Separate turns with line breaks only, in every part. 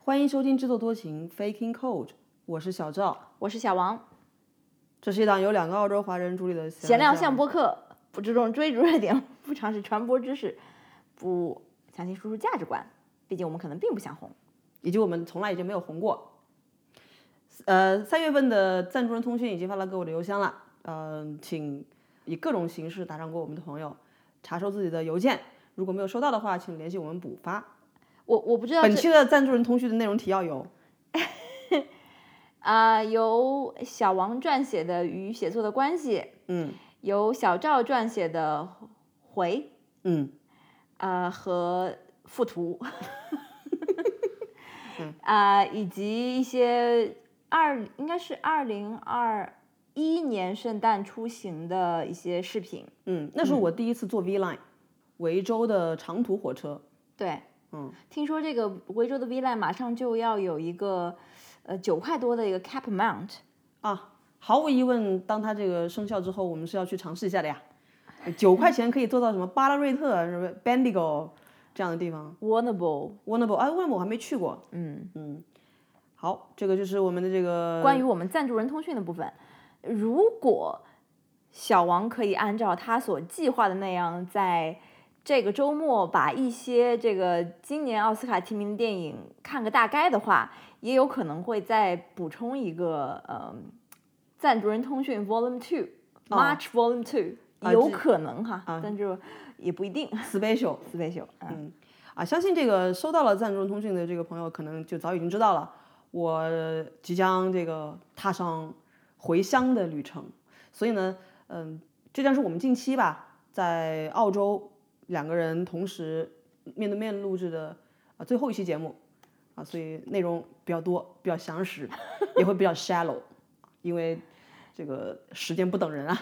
欢迎收听《制作多情 Faking Code》，我是小赵。
我是小王，
这是一档由两个澳洲华人主理的
闲聊像播客，不注重追逐热点，不尝试传播知识，不强行输出价值观。毕竟我们可能并不想红。
以及我们从来已经没有红过。呃，三月份的赞助人通讯已经发到各位的邮箱了，呃，请以各种形式打赏过我们的朋友查收自己的邮件，如果没有收到的话，请联系我们补发。
我我不知道
本
这
期的赞助人通讯的内容提要有，
啊、由小王撰写的《与写作的关系》，
嗯
由小赵撰写的《回》，
嗯，
呃和附图，
嗯
啊、以及一些二应该是二零二一年圣诞出行的一些视频。
嗯，那是我第一次坐 V Line，维州的长途火车。
对，
嗯，
听说这个维州的 V Line 马上就要有一个呃九块多的一个 cap amount，
啊，毫无疑问，当它这个生效之后，我们是要去尝试一下的呀。九块钱可以做到什么巴拉瑞特、什么 Bendigo 这样的地方
w a n n a b l e
，Wonderful 啊，Wonderful 我还没去过。
嗯，
好，这个就是我们的这个
关于我们赞助人通讯的部分，如果小王可以按照他所计划的那样，在这个周末把一些这个今年奥斯卡提名的电影看个大概的话，也有可能会再补充一个呃赞助人通讯 Volume Two、March Volume Two，、有可能哈，但就也不一定。
special
四倍秀，嗯，
啊，相信这个收到了赞助通讯的这个朋友，可能就早已经知道了，我即将这个踏上回乡的旅程。所以呢，嗯，这将是我们近期吧，在澳洲两个人同时面对面录制的啊最后一期节目啊，所以内容比较多，比较详实， 也会比较 shallow，因为这个时间不等人啊。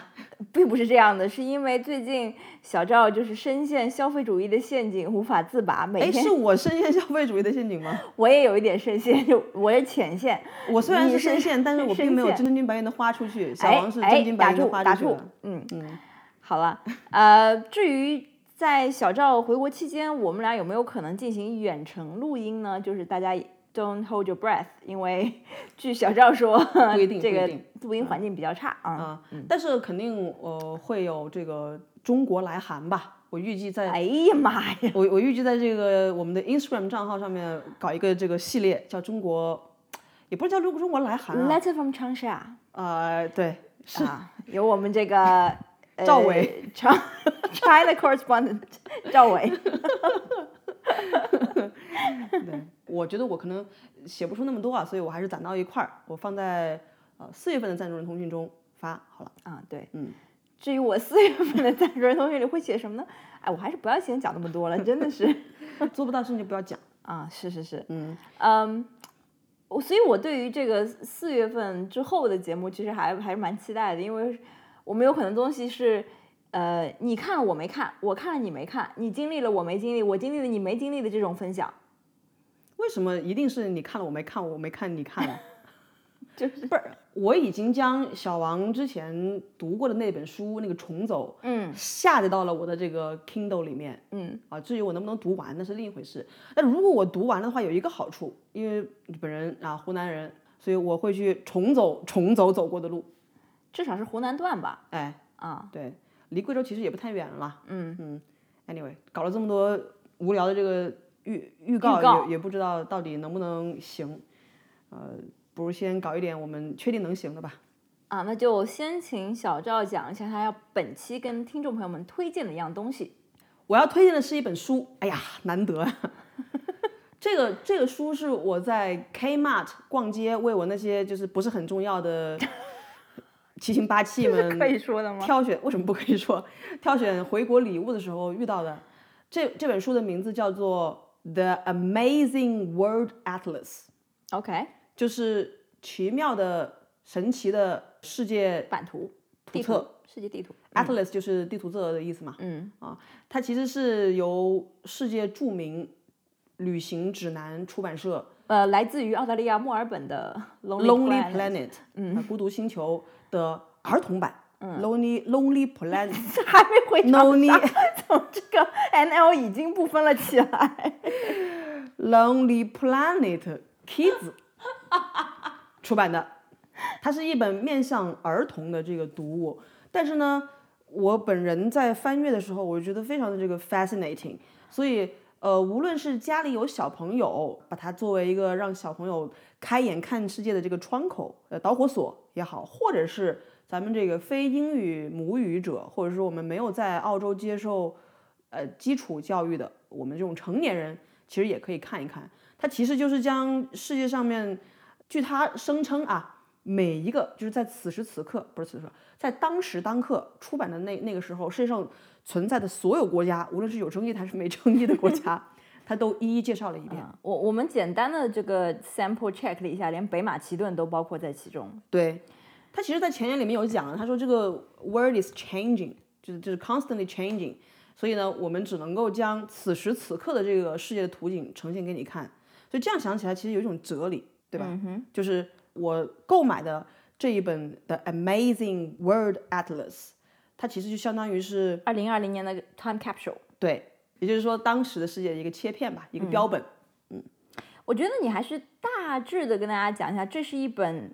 并不是这样的，是因为最近小赵就是深陷消费主义的陷阱无法自拔，每
哎，
天
是我深陷消费主义的陷阱吗？
我也有一点深陷，就我也浅陷。
我虽然
你
是
是
深陷，但是我
深
并没有
陷
真金白银的花出去。小
哎
王是
哎
真，金白
打
银的
住
花
打
出去
住
的。，
嗯，
嗯，
好了，呃，至于在小赵回国期间，我们俩有没有可能进行远程录音呢？就是大家 don't hold your breath，因为据小赵说，
不一定
这
不一
个
定嗯
录音环境比较差啊。
啊，但是肯定呃会有这个中国来函吧。我预计在
哎呀妈呀！
我我预计在这个我们的 Instagram 账号上面搞一个这个系列，叫中国，也不是叫中中国来函啊，
Letter from Changsha
呃，对，是
啊，有我们这个
赵伟
呃、，China China correspondent 赵伟，
我觉得我可能写不出那么多啊，所以我还是攒到一块儿，我放在呃四月份的赞助人通讯中发好了。
啊，对，
嗯。
至于我四月份的赞助人同学里会写什么呢？哎，我还是不要先讲那么 多了，真的是
做不到的事情就不要讲。
啊，是是是，
嗯，
嗯，我所以，我对于这个四月份之后的节目，其实还还是蛮期待的，因为我们有很多东西是，呃，你看了我没看，我看了你没看，你经历了我没经历，我经历了你没经历的这种分享，
为什么一定是你看了我没看，我没看你看了？
就是
不是，我已经将小王之前读过的那本书那个重走
嗯
下载到了我的这个 Kindle 里面
嗯，
啊。至于我能不能读完，那是另一回事。但如果我读完了的话，有一个好处，因为本人啊湖南人，所以我会去重走重走走过的路。
至少是湖南段吧，
哎，
啊，
对，离贵州其实也不太远了啦。
嗯，
Anyway，搞了这么多无聊的这个预预告，
预告
也也不知道到底能不能行。呃，不如先搞一点我们确定能行的吧。
啊，那就先请小赵讲一下他要本期跟听众朋友们推荐的一样东西。
我要推荐的是一本书，哎呀，难得 啊！这个这个书是我在 Kmart 逛街，为我那些就是不是很重要的 七情八气 们
以说的？
挑选为什么不可以说挑选回国礼物的时候遇到的？这这本书的名字叫做《The Amazing World Atlas》。
OK，
嗯就是奇妙的、神奇的世界
版图、
图
地
册。啊
图、嗯世界地图。
Atlas 就是地图册的意思嘛，
嗯
它其实是由世界著名旅行指南出版社
呃，来自于澳大利亚墨尔本的 Lonely,
Lonely
Planet
Planet，嗯、孤独星球的儿童版、Lonely
嗯
Lonely Planet
还没回头，
Lonely
从这个 NL 已经不分了起来。
Lonely Planet Kids 出版的，它是一本面向儿童的这个读物。但是呢，我本人在翻阅的时候，我就觉得非常的这个 fascinating。所以，呃，无论是家里有小朋友，把它作为一个让小朋友开眼看世界的这个窗口，呃，导火索也好，或者是咱们这个非英语母语者，或者是我们没有在澳洲接受呃基础教育的，我们这种成年人，其实也可以看一看。它其实就是将世界上面，据他声称啊，每一个就是在此时此刻，不是此时，在当时当刻出版的那那个时候，世界上存在的所有国家，无论是有争议的还是没争议的国家， 他都一一介绍了一遍。
嗯我我们简单的这个 sample check 了一下，连北马其顿都包括在其中。
对，他其实，在前言里面有讲，啊他说这个 word is changing，就是就是 constantly changing，所以呢，我们只能够将此时此刻的这个世界的图景呈现给你看。所以这样想起来，其实有一种哲理，对吧？
嗯哼，
就是我购买的这一本的《Amazing World Atlas》，它其实就相当于是
二零二零年的 time capsule。
对，也就是说当时的世界的一个切片吧，一
嗯
个标本。
我觉得你还是大致的跟大家讲一下，这是一本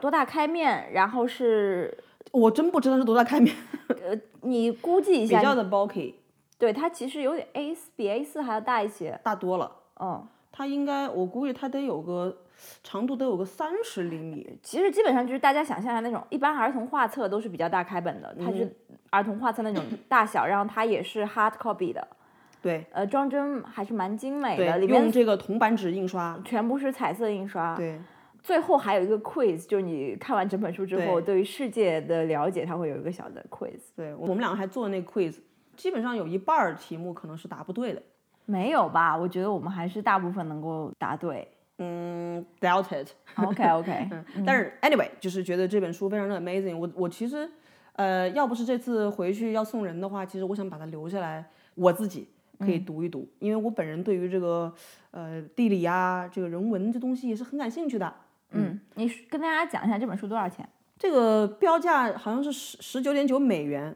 多大开面，然后是
我真不知道是多大开面，
你估计一
比
下，
较的 bulky，
对它其实有点 A 四比 A 四还要大一些。
大多了。
嗯，
它应该，我估计它得有个长度得有个三十厘米，
其实基本上就是大家想象一下那种，一般儿童画册都是比较大开本的，它是儿童画册 那种大小，然后它也是 hard copy 的，
对
呃，装帧还是蛮精美的，
对，
里
用
面
这个铜版纸印刷，
全部是彩色印刷。
对
最后还有一个 quiz，就是你看完整本书之后，
对
对于世界的了解，它会有一个小的 quiz。
对，我们两个还做了那个 quiz，基本上有一半儿题目可能是答不对的。
没有吧？我觉得我们还是大部分能够答对。嗯
嗯，doubt it。
OK OK，
但是 anyway，就是觉得这本书非常的 amazing 我。我其实，呃，要不是这次回去要送人的话，其实我想把它留下来，我自己可
嗯
以读一读，因为我本人对于这个呃地理啊，这个人文这东西也是很感兴趣的。
嗯，你跟大家讲一下这本书多少钱？
这个标价好像是十十九点九美元，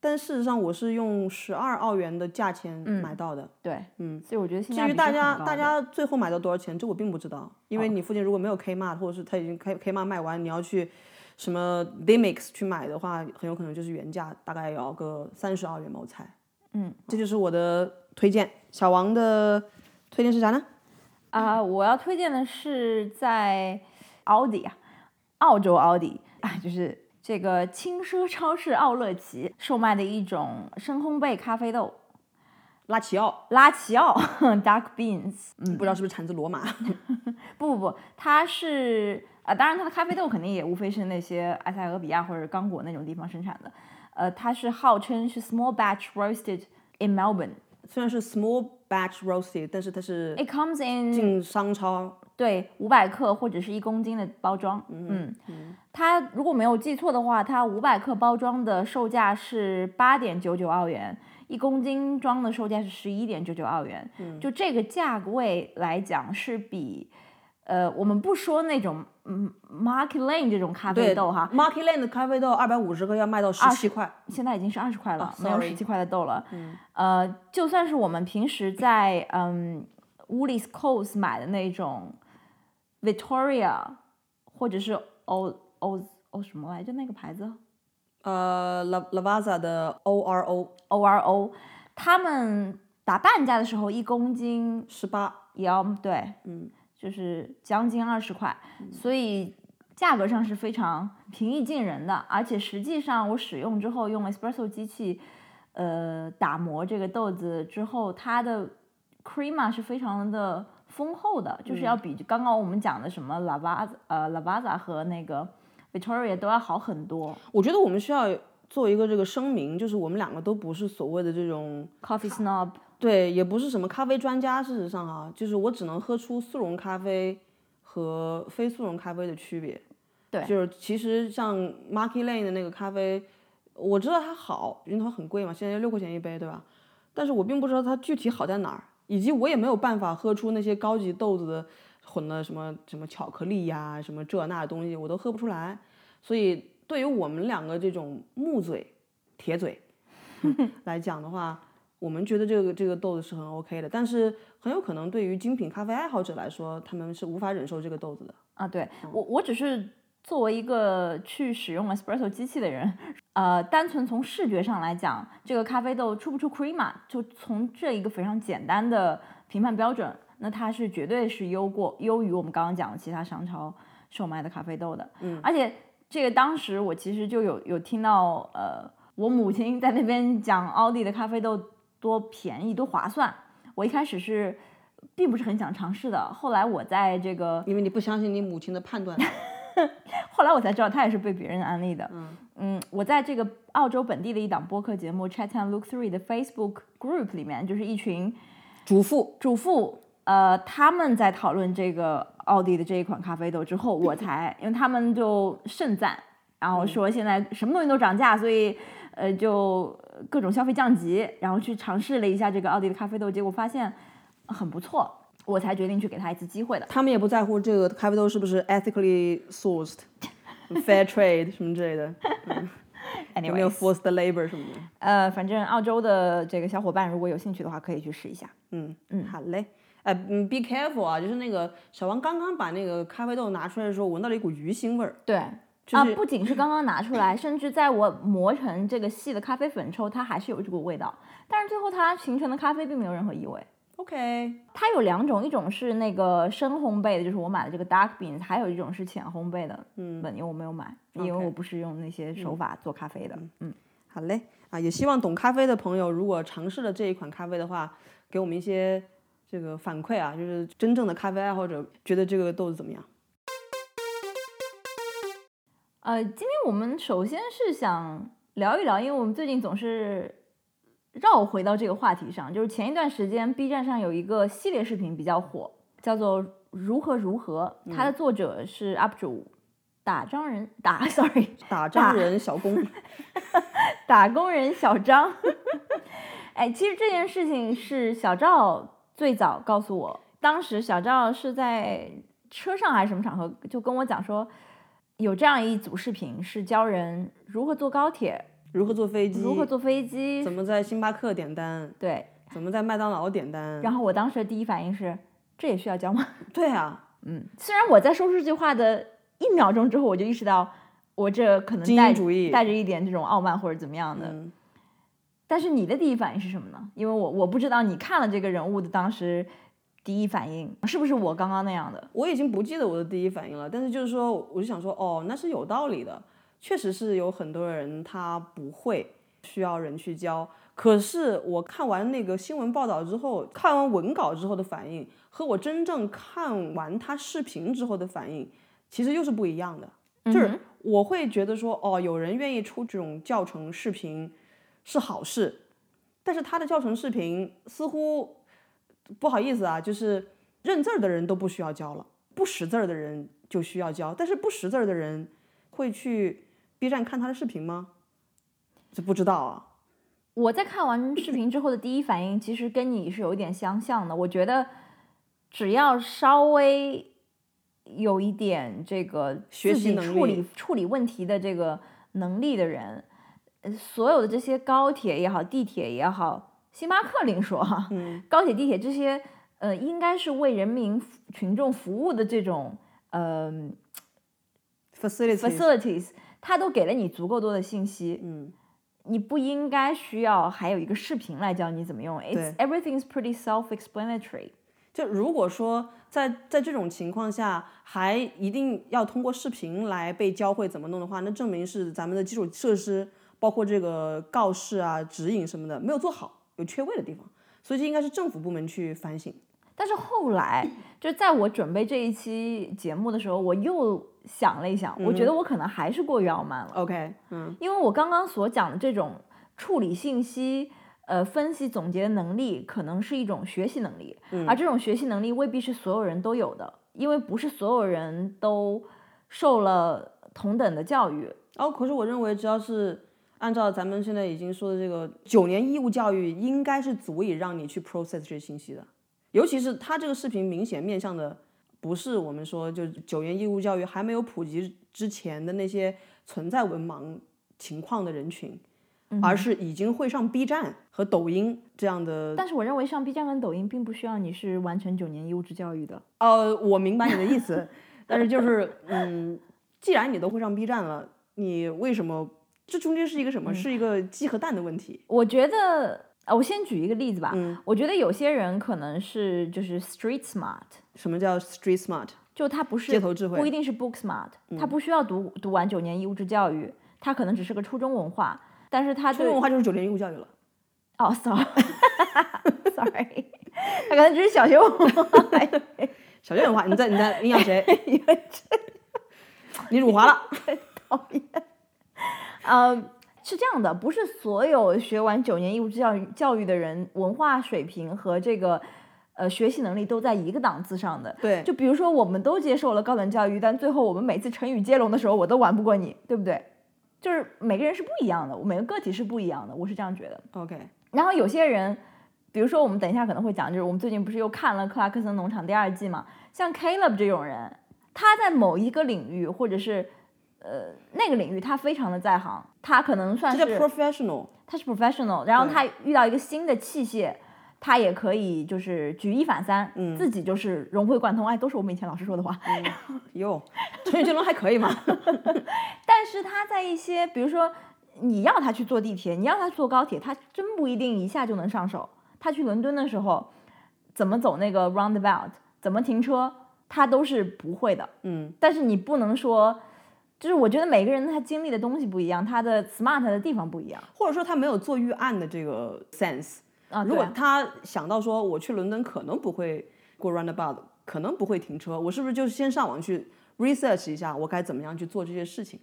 但事实上我是用十二澳元的价钱买到的。
对，嗯，所以我觉得性
至
价比
于
是
大
很
家
高
大
的
家
哦
最后买到多少钱，这我并不知道，因为你附近如果没有 Kmart，或者是它已经 K Kmart 卖完，你要去什么 Demix 去买的话，很有可能就是原价，大概也要个三十澳元吧，我猜。
嗯，
这就是我的推荐。小王的推荐是啥呢？
啊、我要推荐的是在奥迪啊，澳洲奥迪啊，就是这个轻奢超市奥乐奇售卖的一种深烘焙咖啡豆
拉齐奥，
拉齐奥 （Dark Beans）。
嗯，不知道是不是产自罗马，
不不不，它是啊、当然它的咖啡豆肯定也无非是那些埃塞俄比亚或者刚果那种地方生产的。呃，它是号称是 small batch roasted in Melbourne。
虽然是 small batch roasted，但是它是
It comes in
进商超，
对五百克或者是一公斤的包装。嗯，它如果没有记错的话，它五百克包装的售价是八点九九澳元，一公斤装的售价是十一点九九澳元。就这个价位来讲，是比呃，我们不说那种嗯 Market Lane 这种咖啡豆哈，
Market Lane 的咖啡豆二百五十克要卖到十七块，
现在已经是二十块了，没有
sorry
十七块的豆了。呃，就算是我们平时在嗯 Woolies Coles 买的那种 Victoria，或者是 O O O 什么来着那个牌子
呃，La Lavaza 的 O R O
O R O，他们打半价的时候一公斤
十八。
也要对，
嗯，
就是将近二十块，所以价格上是非常平易近人的。而且实际上我使用之后，用 espresso 机器，呃，打磨这个豆子之后，它的 crema 是非常的丰厚的，就是要比刚刚我们讲的什么 lavaza 呃 lavaza 和那个 Victoria 都要好很多。
我觉得我们需要做一个这个声明，就是我们两个都不是所谓的这种，
Coffee snob，
对，也不是什么咖啡专家。事实上啊，就是我只能喝出速溶咖啡和非速溶咖啡的区别。
对
就是其实像 Marky Lane 的那个咖啡，我知道它好，因为它很贵嘛，现在六块钱一杯，对吧？但是我并不知道它具体好在哪儿，以及我也没有办法喝出那些高级豆子的混了什么什么巧克力呀、什么这那的东西，我都喝不出来。所以 对于我们两个这种木嘴、铁嘴来讲的话，我们觉得这个这个豆子是很 OK 的，但是很有可能对于精品咖啡爱好者来说，他们是无法忍受这个豆子的。
啊，对我我只是作为一个去使用 espresso 机器的人，呃，单纯从视觉上来讲，这个咖啡豆出不出 crema，就从这一个非常简单的评判标准，那它是绝对是优过优于我们刚刚讲的其他商超售卖的咖啡豆的。嗯，而且这个当时我其实就有有听到，呃，我母亲在那边讲奥利的咖啡豆多便宜多划算，我一开始是。并不是很想尝试的，后来我在这个
因为你不相信你母亲的判断
后来我才知道，他也是被别人安利的。嗯我在这个澳洲本地的一档播客节目《Chat and Look Three》的 Facebook group 里面，就是一群
主妇
主妇，呃，他们在讨论这个奥迪的这一款咖啡豆之后，我才，因为他们就盛赞，然
嗯
后说现在什么东西都涨价，所以呃，就各种消费降级，然后去尝试了一下这个奥迪的咖啡豆，结果发现很不错，我才决定去给他一次机会的。
他们也不在乎这个咖啡豆是不是 ethically sourced、fair trade 什么之类的，有
Anyway，
没有 forced labor 什么的。
呃，反正澳洲的这个小伙伴如果有兴趣的话，可以去试一下。
嗯嗯，好嘞。哎，嗯，be careful 啊！就是那个小王刚刚把那个咖啡豆拿出来的时候，闻到了一股鱼腥味儿。
对，啊，不仅是刚刚拿出来，甚至在我磨成这个细的咖啡粉之后，它还是有这股味道。但是最后它形成的咖啡并没有任何异味。
OK，
它有两种，一种是那个深烘焙的，就是我买的这个 dark beans，还有一种是浅烘焙的。嗯，因为我没有买，因为
OK
我不是用那些手法做咖啡的。嗯，
好嘞。啊，也希望懂咖啡的朋友，如果尝试了这一款咖啡的话，给我们一些这个反馈啊，就是真正的咖啡爱好者觉得这个豆子怎么样？
呃，今天我们首先是想聊一聊，因为我们最近总是绕回到这个话题上，就是前一段时间 B 站上有一个系列视频比较火，叫做《如何如何》，它的作者是 UP 主打张人打 ，sorry，
打张人小工，
打工人小张。 哎，其实这件事情是小赵最早告诉我，当时小赵是在车上还是什么场合，就跟我讲说，有这样一组视频是教人如何坐高铁，
如何坐飞机，
如何坐飞机
怎，么在星巴克点单，
对。
怎么在麦当劳点单。
然后我当时的第一反应是，这也需要教吗？
对啊，
嗯，虽然我在说出这句话的一秒钟之后，我就意识到我这可能
精英
带
主义
带着一点这种傲慢或者怎么样的，
嗯，
但是你的第一反应是什么呢？因为我我不知道你看了这个人物的当时第一反应是不是我刚刚那样的。
我已经不记得我的第一反应了，但是就是说，我就想说，哦，那是有道理的，确实是有很多人他不会，需要人去教。可是我看完那个新闻报道之后，看完文稿之后的反应，和我真正看完他视频之后的反应，其实又是不一样的。就是我会觉得说，哦，有人愿意出这种教程视频是好事，但是他的教程视频似乎不好意思啊，就是认字儿的人都不需要教了，不识字儿的人就需要教，但是不识字儿的人会去 B 站看他的视频吗？这不知道啊。
我在看完视频之后的第一反应，其实跟你是有一点相像的。我觉得只要稍微有一点这个
学
自
习
己
能
处
力
理处理问题的这个能力的人，呃所有的这些高铁也好，地铁也好，星巴克另说哈，
嗯
高铁、地铁这些，呃，应该是为人民服群众服务的这种，呃
Facility，
，facilities，它都给了你足够多的信息，
嗯，
你不应该需要还有一个视频来教你怎么用。It's everything's pretty self-explanatory。
就如果说在在这种情况下还一定要通过视频来被教会怎么弄的话，那证明是咱们的基础设施，包括这个告示啊、指引什么的没有做好，有缺位的地方，所以这应该是政府部门去反省。
但是后来，就是在我准备这一期节目的时候，我又想了一想，我觉得我可能还是过于傲慢了，
OK，嗯
因为我刚刚所讲的这种处理信息。呃，分析总结的能力可能是一种学习能力，而这种学习能力未必是所有人都有的，因为不是所有人都受了同等的教育，
哦，可是我认为只要是按照咱们现在已经说的这个九年义务教育，应该是足以让你去 process 这些信息的。尤其是他这个视频明显面向的不是我们说就九年义务教育还没有普及之前的那些存在文盲情况的人群，而是已经会上 B 站和抖音这样的。
但是我认为上 B 站跟抖音并不需要你是完成九年义务制教育的。
呃，我明白你的意思， 但是就是 嗯，既然你都会上 B 站了，你为什么？这中间是一个什么？是一个鸡和蛋的问题。
我觉得，呃，我先举一个例子吧。
嗯
我觉得有些人可能是就是 street smart，
什么叫 street smart？
就他不是
街头智慧嗯
不一定是 book smart，、他不需要读读完九年义务制教育，他可能只是个初中文化，但是他
初
对
中文化就是九年义务教育了。
哦，sorry，sorry，他可 能只是小学文化，
小学文化，你在你 在影响谁？你辱华 了。
呃，是这样的，不是所有学完九年义务教育教育的人，文化水平和这个呃学习能力都在一个档次上的。
对
就比如说，我们都接受了高等教育，但最后我们每次成语接龙的时候，我都玩不过你，对不对？就是每个人是不一样的，每个个体是不一样的，我是这样觉得。
OK，
然后有些人，比如说我们等一下可能会讲，就是我们最近不是又看了《克拉克森农场》第二季嘛？像 Caleb 这种人，他在某一个领域或者是呃那个领域他非常的在行，他可能算
这
是
叫 professional。
他是 professional，然后
对
他遇到一个新的器械。他也可以就是举一反三，
嗯
自己就是融会贯通，哎，都是我们以前老师说的话。
哟，成语接龙还可以吗？
但是他在一些，比如说你要他去坐地铁，你要他坐高铁，他真不一定一下就能上手。他去伦敦的时候，怎么走那个 roundabout，怎么停车，他都是不会的。
嗯，
但是你不能说，就是我觉得每个人他经历的东西不一样，他的 smart 的地方不一样
或者说他没有做预案的这个 sense。
啊。
如果
对啊
他想到说我去伦敦可能不会过 roundabout，可能不会停车，我是不是就先上网去 research 一下我该怎么样去做这些事情？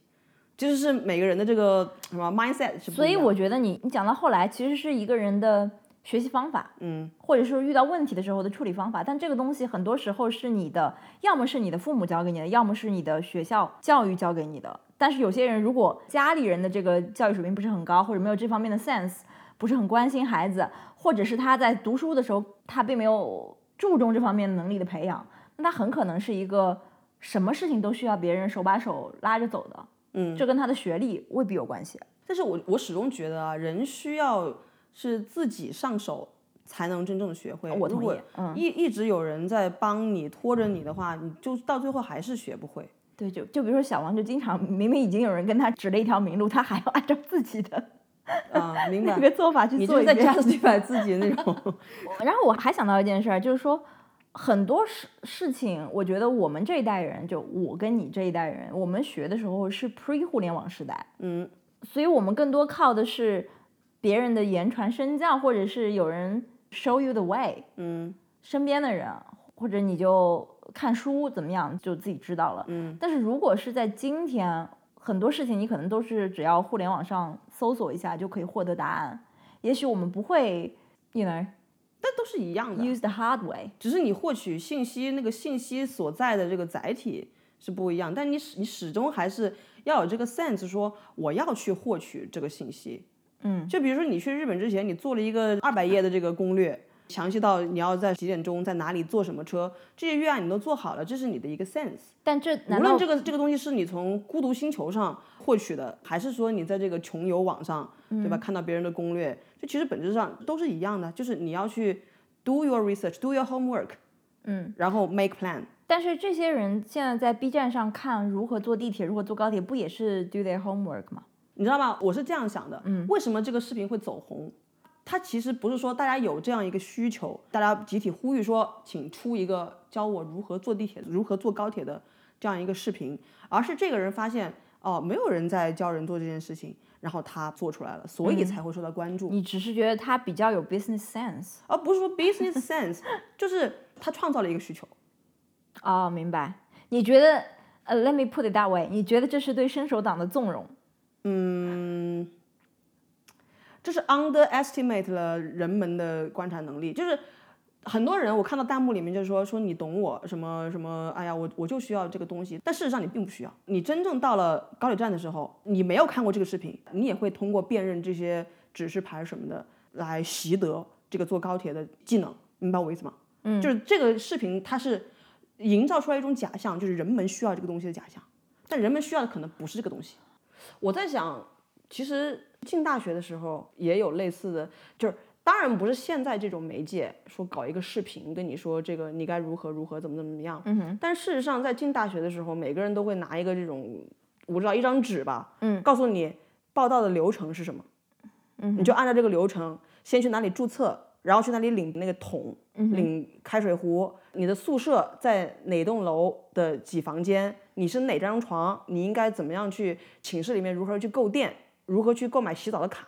其实是每个人的这个什么 mindset 是不
所
一
以
样
我觉得你你讲到后来，其实是一个人的学习方法，
嗯，
或者说遇到问题的时候的处理方法。但这个东西很多时候是你的，要么是你的父母教给你的，要么是你的学校教育教给你的。但是有些人如果家里人的这个教育水平不是很高，或者没有这方面的 sense，不是很关心孩子，或者是他在读书的时候他并没有注重这方面能力的培养，那他很可能是一个什么事情都需要别人手把手拉着走的。
嗯
这跟他的学历未必有关系。
但是我我始终觉得啊，人需要是自己上手才能真正地学会。
我同
如果
意嗯
一一直有人在帮你拖着你的话，你就到最后还是学不会。
对，就就比如说小王，就经常明明已经有人跟他指了一条明路，他还要按照自己 的
啊、明
那
白？
个做法去
你
做
就是
一
在
遍。
justify 自己那 种。
然后我还想到一件事儿，就是说很多事事情，我觉得我们这一代人，就我跟你这一代人，我们学的时候是 pre 互联网时代，
嗯，
所以我们更多靠的是别人的言传身教，或者是有人 show you the way，
嗯
身边的人，或者你就看书怎么样，就自己知道了。
嗯，
但是如果是在今天，很多事情你可能都是只要互联网上搜索一下就可以获得答案。也许我们不会，you know,
但都是一样的，
use the hard way。
只是你获取信息那个信息所在的这个载体是不一样，但你始你始终还是要有这个 sense，说我要去获取这个信息。
嗯，
就比如说你去日本之前，你做了一个二百页的这个攻略，详细到你要在几点钟在哪里坐什么车，这些预案你都做好了，这是你的一个 sense。
但这难
无
道
论这个这个东西是你从孤独星球上获取的，还是说你在这个穷游网上，对
嗯
吧？看到别人的攻略，这其实本质上都是一样的，就是你要去 do your research, do your homework，
嗯，
然后 make plan。
但是这些人现在在 B 站上看如何坐地铁、如何坐高铁，不也是 do their homework 吗？
你知道吗？我是这样想的，嗯，为什么这个视频会走红？它其实不是说大家有这样一个需求，大家集体呼吁说，请出一个教我如何坐地铁、如何坐高铁的这样一个视频，而是这个人发现哦、没有人在教人做这件事情，然后他做出来了，所以才会受到关注，
你只是觉得他比较有 business sense
而不是说 business sense，就是他创造了一个需求。
哦，明白？你觉得呃、l e t me put it that way，你觉得这是对伸手党的纵容？
这是 underestimate 了人们的观察能力，就是很多人我看到弹幕里面就说说你懂我什么什么，哎呀，我我就需要这个东西，但事实上你并不需要。你真正到了高铁站的时候，你没有看过这个视频，你也会通过辨认这些指示牌什么的来习得这个坐高铁的技能，明白我意思吗？嗯，就是这个视频它是营造出来一种假象，就是人们需要这个东西的假象，但人们需要的可能不是这个东西。我在想，其实进大学的时候也有类似的，就是当然不是现在这种媒介说搞一个视频跟你说这个你该如何如何怎么怎么样，
嗯哼，
但事实上在进大学的时候，每个人都会拿一个这种我不知道一张纸吧，
嗯，
告诉你报道的流程是什么，
嗯
你就按照这个流程先去哪里注册，然后去哪里领那个桶，
嗯
领开水壶，你的宿舍在哪栋楼的几房间，你是哪张床，你应该怎么样去寝室里面如何去购电，如何去购买洗澡的卡，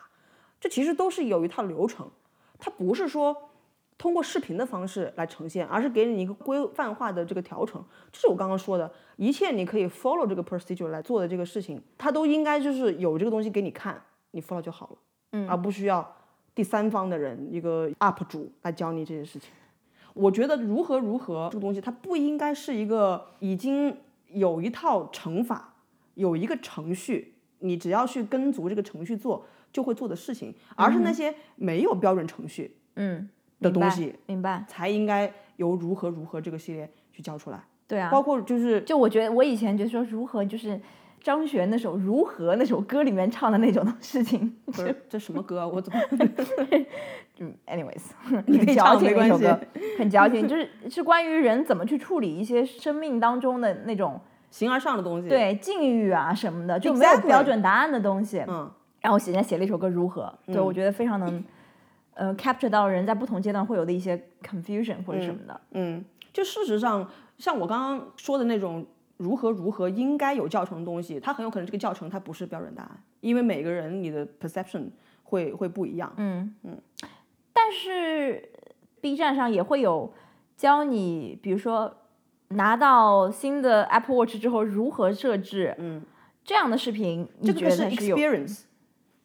这其实都是有一套流程，它不是说。通过视频的方式来呈现，而是给你一个规范化的这个调整。这是我刚刚说的，一切你可以 follow 这个 procedure 来做的这个事情，它都应该就是有这个东西给你看，你 follow 就好了，嗯，而不需要第三方的人一个 UP 主来教你这些事情。我觉得如何如何这个东西，它不应该是一个已经有一套乘法，有一个程序，你只要去跟足这个程序做就会做的事情，而是那些没有标准程序
嗯
的
明
东
白
西。
明白，
才应该由如何如何这个系列去教出来。
对啊，
包括就是
就我觉得我以前觉得说如何就是张悬那首《如何》那首歌里面唱的那种 事情
不是这什么歌啊，我怎么
，anyways，
你可
很
以
矫
唱
情
没
的
关
一首
系
歌，很 矫情，就是是关于人怎么去处理一些生命当中的那种
形而上的东西？，
对境遇啊什么的，就没有
Exactly
标准答案的东西。
嗯，
然后写人家写了一首歌《如何》，对我觉得非常能，呃，capture 到人在不同阶段会有的一些 confusion 或者什么的。
嗯，就事实上，像我刚刚说的那种如何如何应该有教程的东西，它很有可能这个教程它不是标准答案，因为每个人你的 perception 会会不一样。
嗯嗯，但是 B 站上也会有教你，比如说拿到新的 Apple Watch 之后如何设置，
嗯，
这样的视频，你
这个
觉
是
得是有？
experience，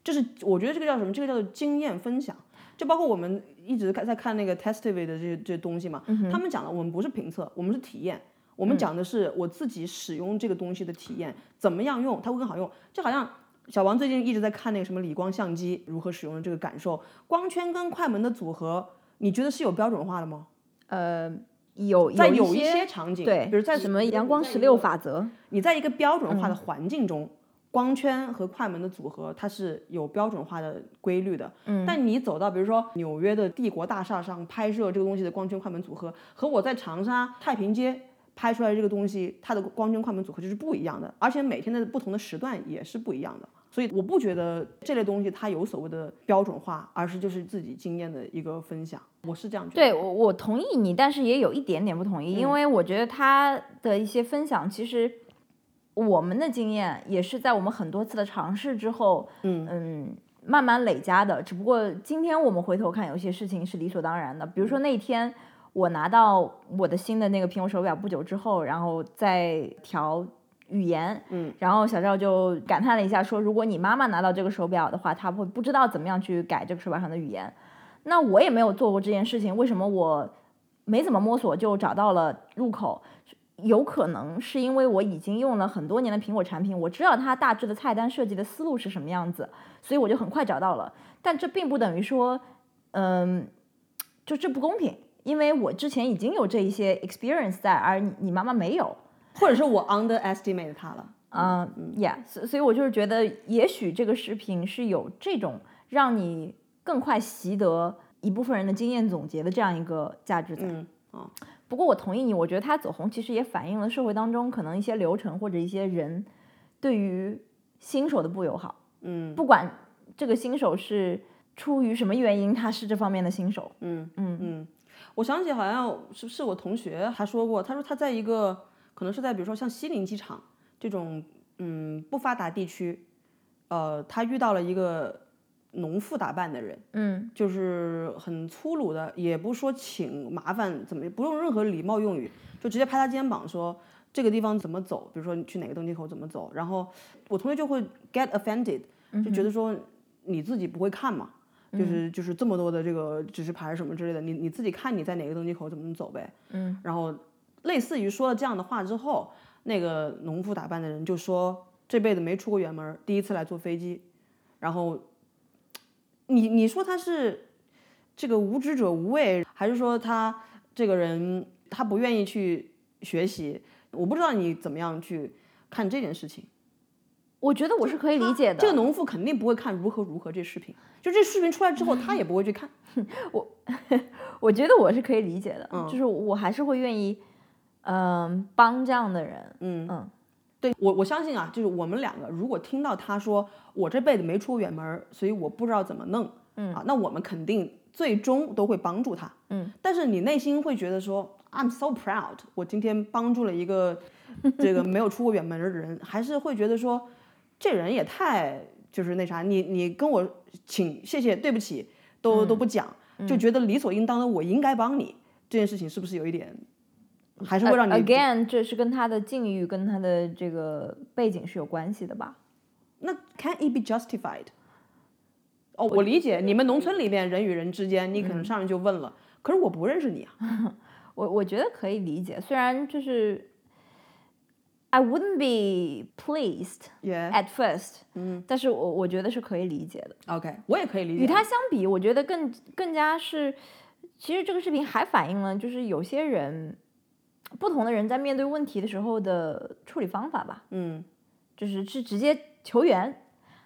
就是我觉得这个叫什么？这个叫做经验分享。就包括我们一直看在看那个 Testivate 的这些这些东西嘛，
嗯
他们讲的我们不是评测，我们是体验。我们讲的是我自己使用这个东西的体验，怎么样用它会更好用。就好像小王最近一直在看那个什么理光相机如何使用的这个感受，光圈跟快门的组合，你觉得是有标准化的吗？
呃，有
在
有
有一
些
些场景，
对，
比如在
什么
比如
阳光
在一
十
个
六法则，
你在一个标准化的环境中，光圈和快门的组合它是有标准化的规律的。嗯，但你走到比如说纽约的帝国大厦上拍摄这个东西的光圈快门组合，和我在长沙太平街拍出来这个东西，它的光圈快门组合就是不一样的，而且每天的不同的时段也是不一样的。所以我不觉得这类东西它有所谓的标准化，而是就是自己经验的一个分享。我是这样觉得。
对我我同意你，但是也有一点点不同意，
嗯
因为我觉得他的一些分享，其实我们的经验也是在我们很多次的尝试之后，嗯慢慢累加的。只不过今天我们回头看，有些事情是理所当然的。比如说那一天我拿到我的新的那个苹果手表不久之后，然后再调。语言，
嗯，
然后小赵就感叹了一下，说：“如果你妈妈拿到这个手表的话，她会不知道怎么样去改这个手表上的语言。”那我也没有做过这件事情，为什么我没怎么摸索就找到了入口？有可能是因为我已经用了很多年的苹果产品，我知道它大致的菜单设计的思路是什么样子，所以我就很快找到了。但这并不等于说，嗯，就这不公平，因为我之前已经有这一些 experience 在，而你你妈妈没有。
或者是我 underestimate 它了。
嗯、y e a h 所所以我就是觉得，也许这个视频是有这种让你更快习得一部分人的经验总结的这样一个价值在。
嗯，哦，
不过我同意你，我觉得它走红其实也反映了社会当中可能一些流程或者一些人对于新手的不友好，
嗯
不管这个新手是出于什么原因，他是这方面的新手。
嗯
嗯
嗯，我想起好像是不是我同学他说过，他说他在一个可能是在比如说像西宁机场这种嗯不发达地区，呃，他遇到了一个农妇打扮的人，
嗯
就是很粗鲁的，也不说请麻烦怎么，不用任何礼貌用语，就直接拍他肩膀说这个地方怎么走，比如说你去哪个登机口怎么走，然后我同学就会 get offended，就觉得说你自己不会看嘛，
嗯
就是就是这么多的这个指示牌什么之类的，你你自己看你在哪个登机口怎么走呗，
嗯，
然后类似于说了这样的话之后，那个农夫打扮的人就说这辈子没出过远门儿，第一次来坐飞机，然后你你说他是这个无知者无畏，还是说他这个人他不愿意去学习？我不知道你怎么样去看这件事情。
我觉得我是可以理解的。
这个农妇肯定不会看如何如何这视频，就这视频出来之后，她也不会去看。
我觉得我是可以理解的，
嗯
就是我还是会愿意，嗯、帮这样的人。
嗯
嗯，
对我我相信啊，就是我们两个如果听到她说我这辈子没出过远门儿，所以我不知道怎么弄，嗯啊，那我们肯定最终都会帮助她。
嗯，
但是你内心会觉得说 I'm so proud，我今天帮助了一个这个没有出过远门儿的人，还是会觉得说这人也太就是那啥，你你跟我请谢谢对不起都、
嗯
都不讲，就觉得理所应当的我应该帮你这件事情是不是有一点，还是会让你
呃 again，这是跟他的境遇跟他的这个背景是有关系的吧？
那 can it be justified？哦，我理解你们农村里面人与人之间，你可能上来就问了，可是我不认识你啊。
我我觉得可以理解，虽然就是 I wouldn't be pleased
Yeah,
at first，嗯，但是我我觉得是可以理解的。
OK，我也可以理
与
解。
他相比，我觉得更更加是，其实这个视频还反映了就是有些人不同的人在面对问题的时候的处理方法吧，
嗯，
就是是直接求援，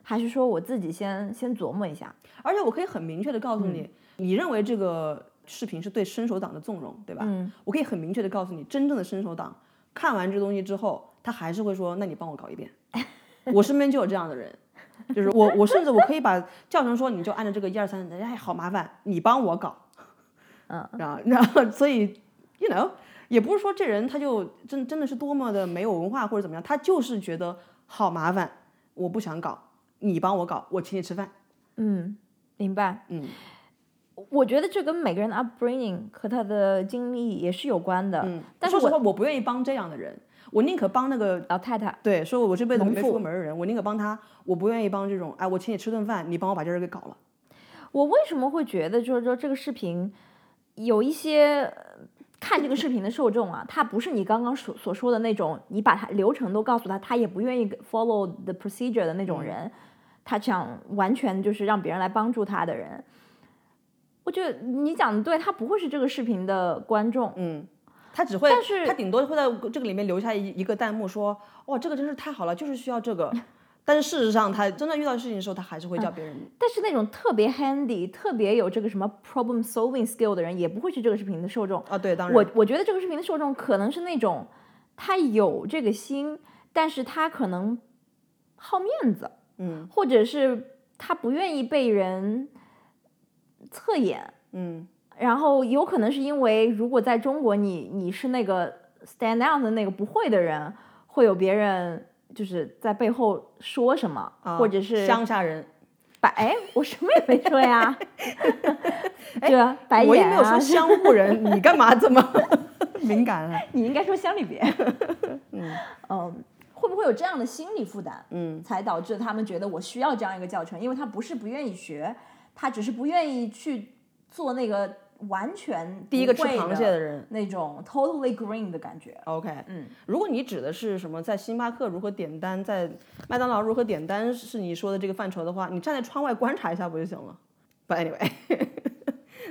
还是说我自己先先琢磨一下？
而且我可以很明确的告诉你，你认为这个视频是对伸手党的纵容，对吧？
嗯
我可以很明确的告诉你，真正的伸手党看完这东西之后，他还是会说：“那你帮我搞一遍。” 我身边就有这样的人，就是我，我甚至我可以把教程说，你就按照这个一二三，哎，好麻烦，你帮我搞。
嗯，
然后 然后所以，you know，也不是说这人他就真真的是多么的没有文化或者怎么样，他就是觉得好麻烦，我不想搞，你帮我搞，我请你吃饭。
嗯，明白。
嗯，
我觉得这跟每个人的 upbringing 和他的经历也是有关的。
嗯，
但是
说
我
实话，我不愿意帮这样的人，我宁可帮那个
老太太，
对说我这辈子
农
没
妇
出过门儿的人，我宁可帮他，我不愿意帮这种哎，我请你吃顿饭，你帮我把这事儿给搞
嗯
了。
我为什么会觉得就是说这个视频有一些呃看这个视频的受众啊，他不是你刚刚所所说的那种，你把他流程都告诉他，他也不愿意 follow the procedure 的那
嗯
种人，他想完全就是让别人来帮助他的人。我觉得你讲的对，他不会是这个视频的观众，
嗯，他只会，
但是
他顶多会在这个里面留下一一个弹幕说，哇，这个真是太好了，就是需要这 个。但是事实上，他真的遇到事情的时候，他还是会
嗯
叫别人。
但是那种特别 handy、特别有这个什么 problem solving skill 的人，也不会是这个视频的受众。
啊，对，当然，
我我觉得这个视频的受众可能是那种他有这个心，但是他可能好面子，
嗯
或者是他不愿意被人侧眼，
嗯
然后有可能是因为如果在中国你你是那个 stand out 的那个不会的人，会有别人就是在背后说什么，
啊，
或者是
乡下人，
白哎，我什么也没说 呀，对啊，白眼啊，
我又没有 说乡户人，你干嘛这么 敏感啊？
你应该说乡里 别。嗯，会不会有这样的心理负担，
嗯
才导致他们觉得我需要这样一个教程？因为他不是不愿意学，他只是不愿意去做那个完全
第一个
不
吃
会
螃蟹的人
那种 totally green 的感觉。
，OK，
嗯，
如果你指的是什么，在星巴克如何点单，在麦当劳如何点单，是你说的这个范畴的话，你站在窗外观察一下不就行了？But anyway，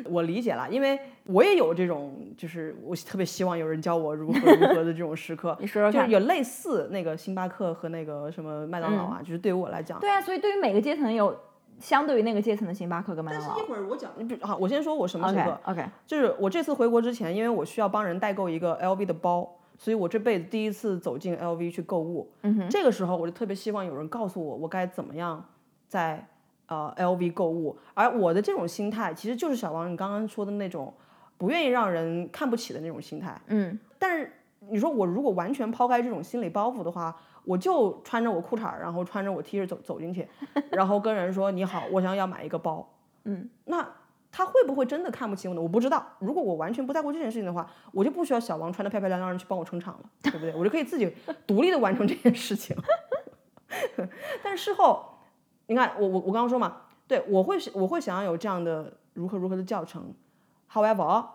我理解了，因为我也有这种，就是我特别希望有人教我如何如何的这种时刻
。你说说
就是
看。
有类似那个星巴克和那个什么麦当劳啊，
嗯
就是对于我来讲，
对啊，所以对于每个阶层有相对于那个阶层的星巴克跟麦当劳。
会儿我讲，你啊好，我先说我什么时
OK
刻，
OK，
就是我这次回国之前，因为我需要帮人代购一个 LV 的包，所以我这辈子第一次走进 LV 去购物。
嗯
哼，这个时候我就特别希望有人告诉我，我该怎么样在呃 LV 购物。而我的这种心态，其实就是小王你刚刚说的那种不愿意让人看不起的那种心态。
嗯，
但是你说我如果完全抛开这种心理包袱的话，我就穿着我裤衩儿，然后穿着我 T 恤走走进去，然后跟人说你好，我想要买一个包。
嗯，
那他会不会真的看不起我呢？我不知道。如果我完全不在乎这件事情的话，我就不需要小王穿的漂漂亮亮地去帮我撑场了，对不对？我就可以自己独立的完成这件事情。 但是事后，你看我我我刚刚说嘛，对我会我会想要有这样的如何如何的教程。However，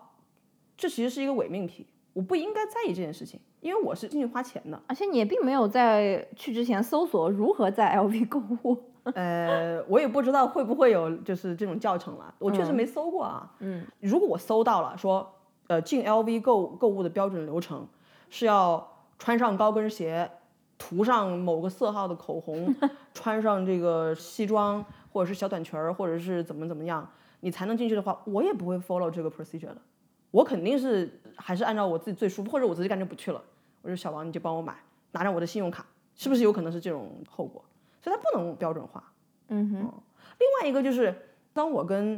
这其实是一个伪命题，我不应该在意这件事情，因为我是进去花钱的。
而且你也并没有在去之前搜索如何在 LV 购物。
呃，我也不知道会不会有就是这种教程了，我确实没搜过啊。
嗯，
如果我搜到了说，呃，进 LV 购购物的标准流程是要穿上高跟鞋，涂上某个色号的口 红，穿上这个西装或者是小短裙儿，或者是怎么怎么样，你才能进去的话，我也不会 follow 这个 procedure 的。我肯定是还是按照我自己最舒服，或者我直接干脆不去了。我说小王，你就帮我买，拿着我的信用卡，是不是有可能是这种后果？所以它不能标准化。
嗯哼，
另外一个就是，当我跟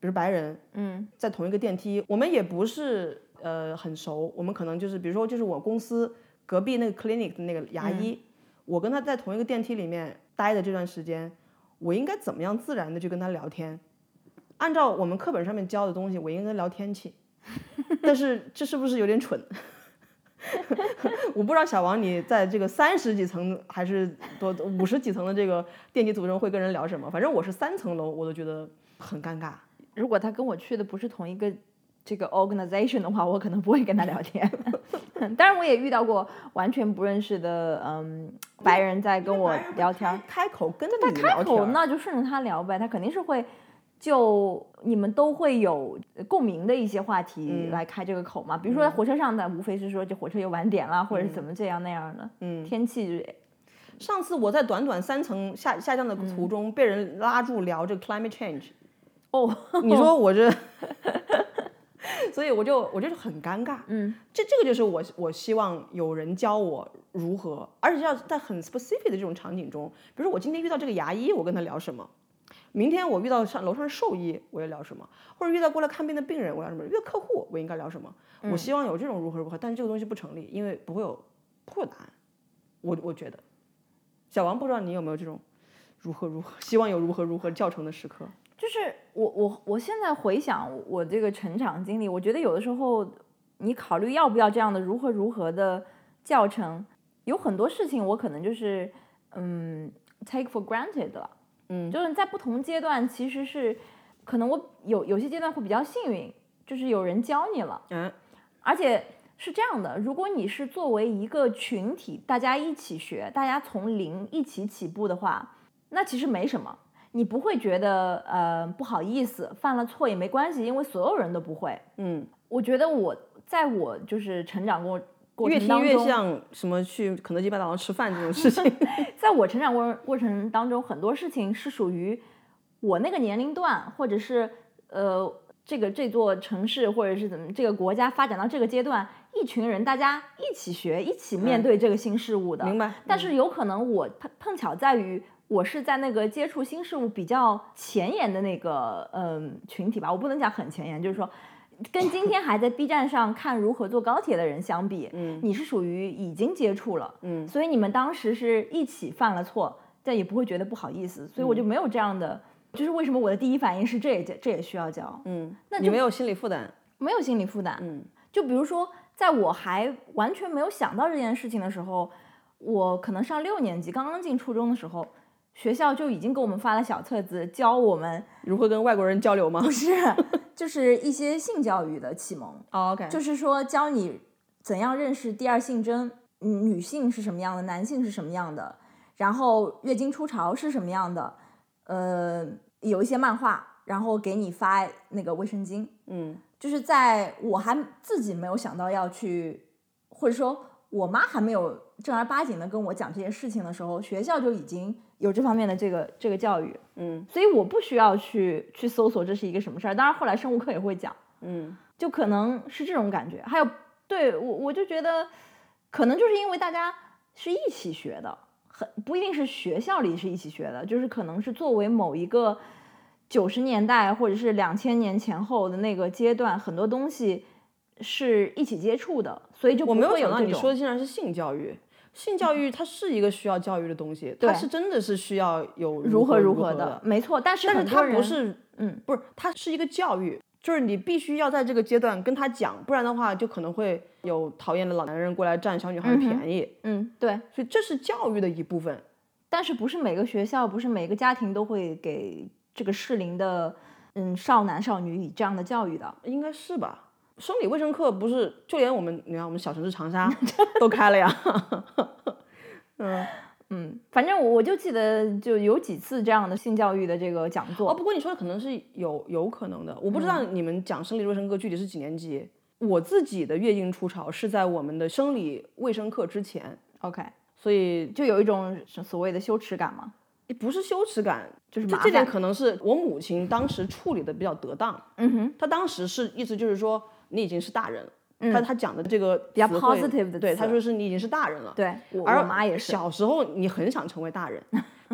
比如白人
嗯
在同一个电梯，我们也不是呃很熟，我们可能就是比如说就是我公司隔壁那个 clinic 的那个牙医，我跟他在同一个电梯里面待的这段时间，我应该怎么样自然的去跟他聊天？按照我们课本上面教的东西，我应该跟他聊天气， 但是这是不是有点蠢？我不知道小王你在这个三十几层还是多五十几层的这个电梯组中会跟人聊什么？反正我是三层楼，我都觉得很尴尬。
如果他跟我去的不是同一个这个 organization 的话，我可能不会跟他聊天。 嗯当然，我也遇到过完全不认识的嗯白人在跟我聊天儿，
开口跟着你聊天
开口
儿，
那就顺着他聊呗，他肯定是会就你们都会有共鸣的一些话题
嗯
来开这个口嘛。比如说在火车上的，无非是说这火车又晚点啦，或者是怎么这样那样的。
嗯，
天气
上次我在短短三层下下降的
嗯
途中被人拉住聊这个 climate change，
哦，
你说我这，所以我就我就是很尴尬。
嗯
这这个就是我我希望有人教我如何，而且要在很 specific 的这种场景中，比如说我今天遇到这个牙医，我跟他聊什么；明天我遇到上楼上兽医，我要聊什么；或者遇到过来看病的病人，我要什么；遇到客户，我应该聊什么。我希望有这种如何如何，但是这个东西不成立，因为不会有不会有答案。我我觉得，小王不知道你有没有这种如何如何，希望有如何如何教程的时刻。
就是我我我现在回想我这个成长经历，我觉得有的时候你考虑要不要这样的如何如何的教程，有很多事情我可能就是嗯 take for granted 了，
嗯
就是在不同阶段其实是可能我有有些阶段会比较幸运，就是有人教你了，
嗯
而且是这样的，如果你是作为一个群体，大家一起学，大家从零一起起步的话，那其实没什么，你不会觉得呃不好意思，犯了错也没关系，因为所有人都不会。
嗯，
我觉得我在我就是成长过过
越
程
听
当
越
中，
像什么去肯德基、麦当劳吃饭这种事 情。
在我成长过过程当中，很多事情是属于我那个年龄段，或者是呃这个这座城市，或者是怎么这个国家发展到这个阶段，一群人大家一起学，一起面
嗯
对这个新事物的。
明白。嗯
但是有可能我碰碰巧在于我是在那个接触新事物比较前沿的那个嗯、群体吧，我不能讲很前沿，就是说。跟今天还在 B 站上看如何坐高铁的人相比，
嗯
你是属于已经接触了，
嗯
所以你们当时是一起犯了错，但也不会觉得不好意思，所以我就没有这样的，就是为什么我的第一反应是这也这也需要教，
嗯，
那
你
就
没有心理负担。
没有心理负担，
嗯
就比如说，在我还完全没有想到这件事情的时候，我可能上六年级，刚刚进初中的时候，学校就已经给我们发了小册子，教我们，
如何跟外国人交流吗？
不是，就是一些性教育的启蒙，
o k
哦就是说教你怎样认识第二性征，嗯女性是什么样的，男性是什么样的，然后月经初潮是什么样的，呃，有一些漫画，然后给你发那个卫生巾。
嗯
就是在我还自己没有想到要去，或者说我妈还没有正儿八经的跟我讲这些事情的时候，学校就已经有这方面的这个这个教育，
嗯
所以我不需要去去搜索这是一个什么事儿。当然后来生物课也会讲，
嗯
就可能是这种感觉。还有对我我就觉得，可能就是因为大家是一起学的，很不一定是学校里是一起学的，就是可能是作为某一个九十年代或者是两千年前后的那个阶段，很多东西是一起接触的，所以就
我
不
没有
会
想到
这
你
种
说的竟然是性教育。性教育它是一个需要教育的东西，它
对
是真的是需要有
如
何
何
如
如何
的，
没错。但是
但是
很多
它
人
不是，
嗯，
不是，它是一个教育，就是你必须要在这个阶段跟他讲，不然的话就可能会有讨厌的老男人过来占小女孩的便宜，
嗯对，
所以这是教育的一部分。
但是不是每个学校，不是每个家庭都会给这个适龄的嗯少男少女以这样的教育的。
应该是吧？生理卫生课不是，就连我们你看我们小城市长 沙都开了呀。 嗯，
嗯，反正我我就记得就有几次这样的性教育的这个讲座，
哦，不过你说的可能是有有可能的，我不知道
嗯
你们讲生理卫生课具体是几年级。我自己的月经初潮是在我们的生理卫生课之前，
OK，
所以
就有一种所谓的羞耻感嘛。
也不是羞耻感，就是
麻
这点
烦
可能是我母亲当时处理的比较得当。
嗯哼，嗯
她当时是意思就是说你已经是大人了，她她讲的这个比
较 positive 的
对，
词
她说是你已经是大人了。
对我
而
我妈也是。
小时候你很想成为大 人，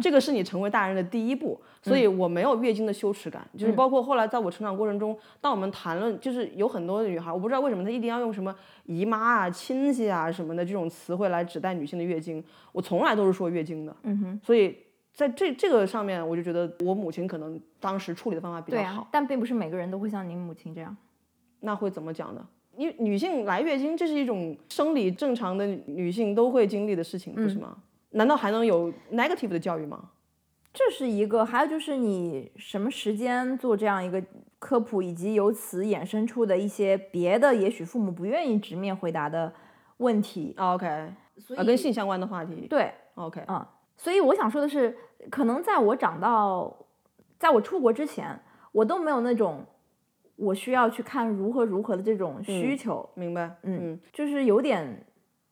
这个是你成为大人的第一步，所以
嗯
我没有月经的羞耻感，就是包括后来在我成长过程中，当我们谈论就是有很多的女孩，我不知道为什么她一定要用什么姨妈啊、亲戚啊什么的这种词汇来指代女性的月经，我从来都是说月经的，
嗯哼，
所以在这这个上面，我就觉得我母亲可能当时处理的方法比
对
较
啊
好。，
但并不是每个人都会像您母亲这样。
那会怎么讲呢？因为女性来月经，这是一种生理正常的女性都会经历的事情，不是吗？难道还能有 negative 的教育吗？
这是一个，还有就是你什么时间做这样一个科普，以及由此衍生出的一些别的，也许父母不愿意直面回答的问题。
啊，OK，啊，
所
跟性相关的话题
对，
，OK，
嗯所以我想说的是，可能在我长到，在我出国之前，我都没有那种我需要去看如何如何的这种需求，
明白，嗯
就是有点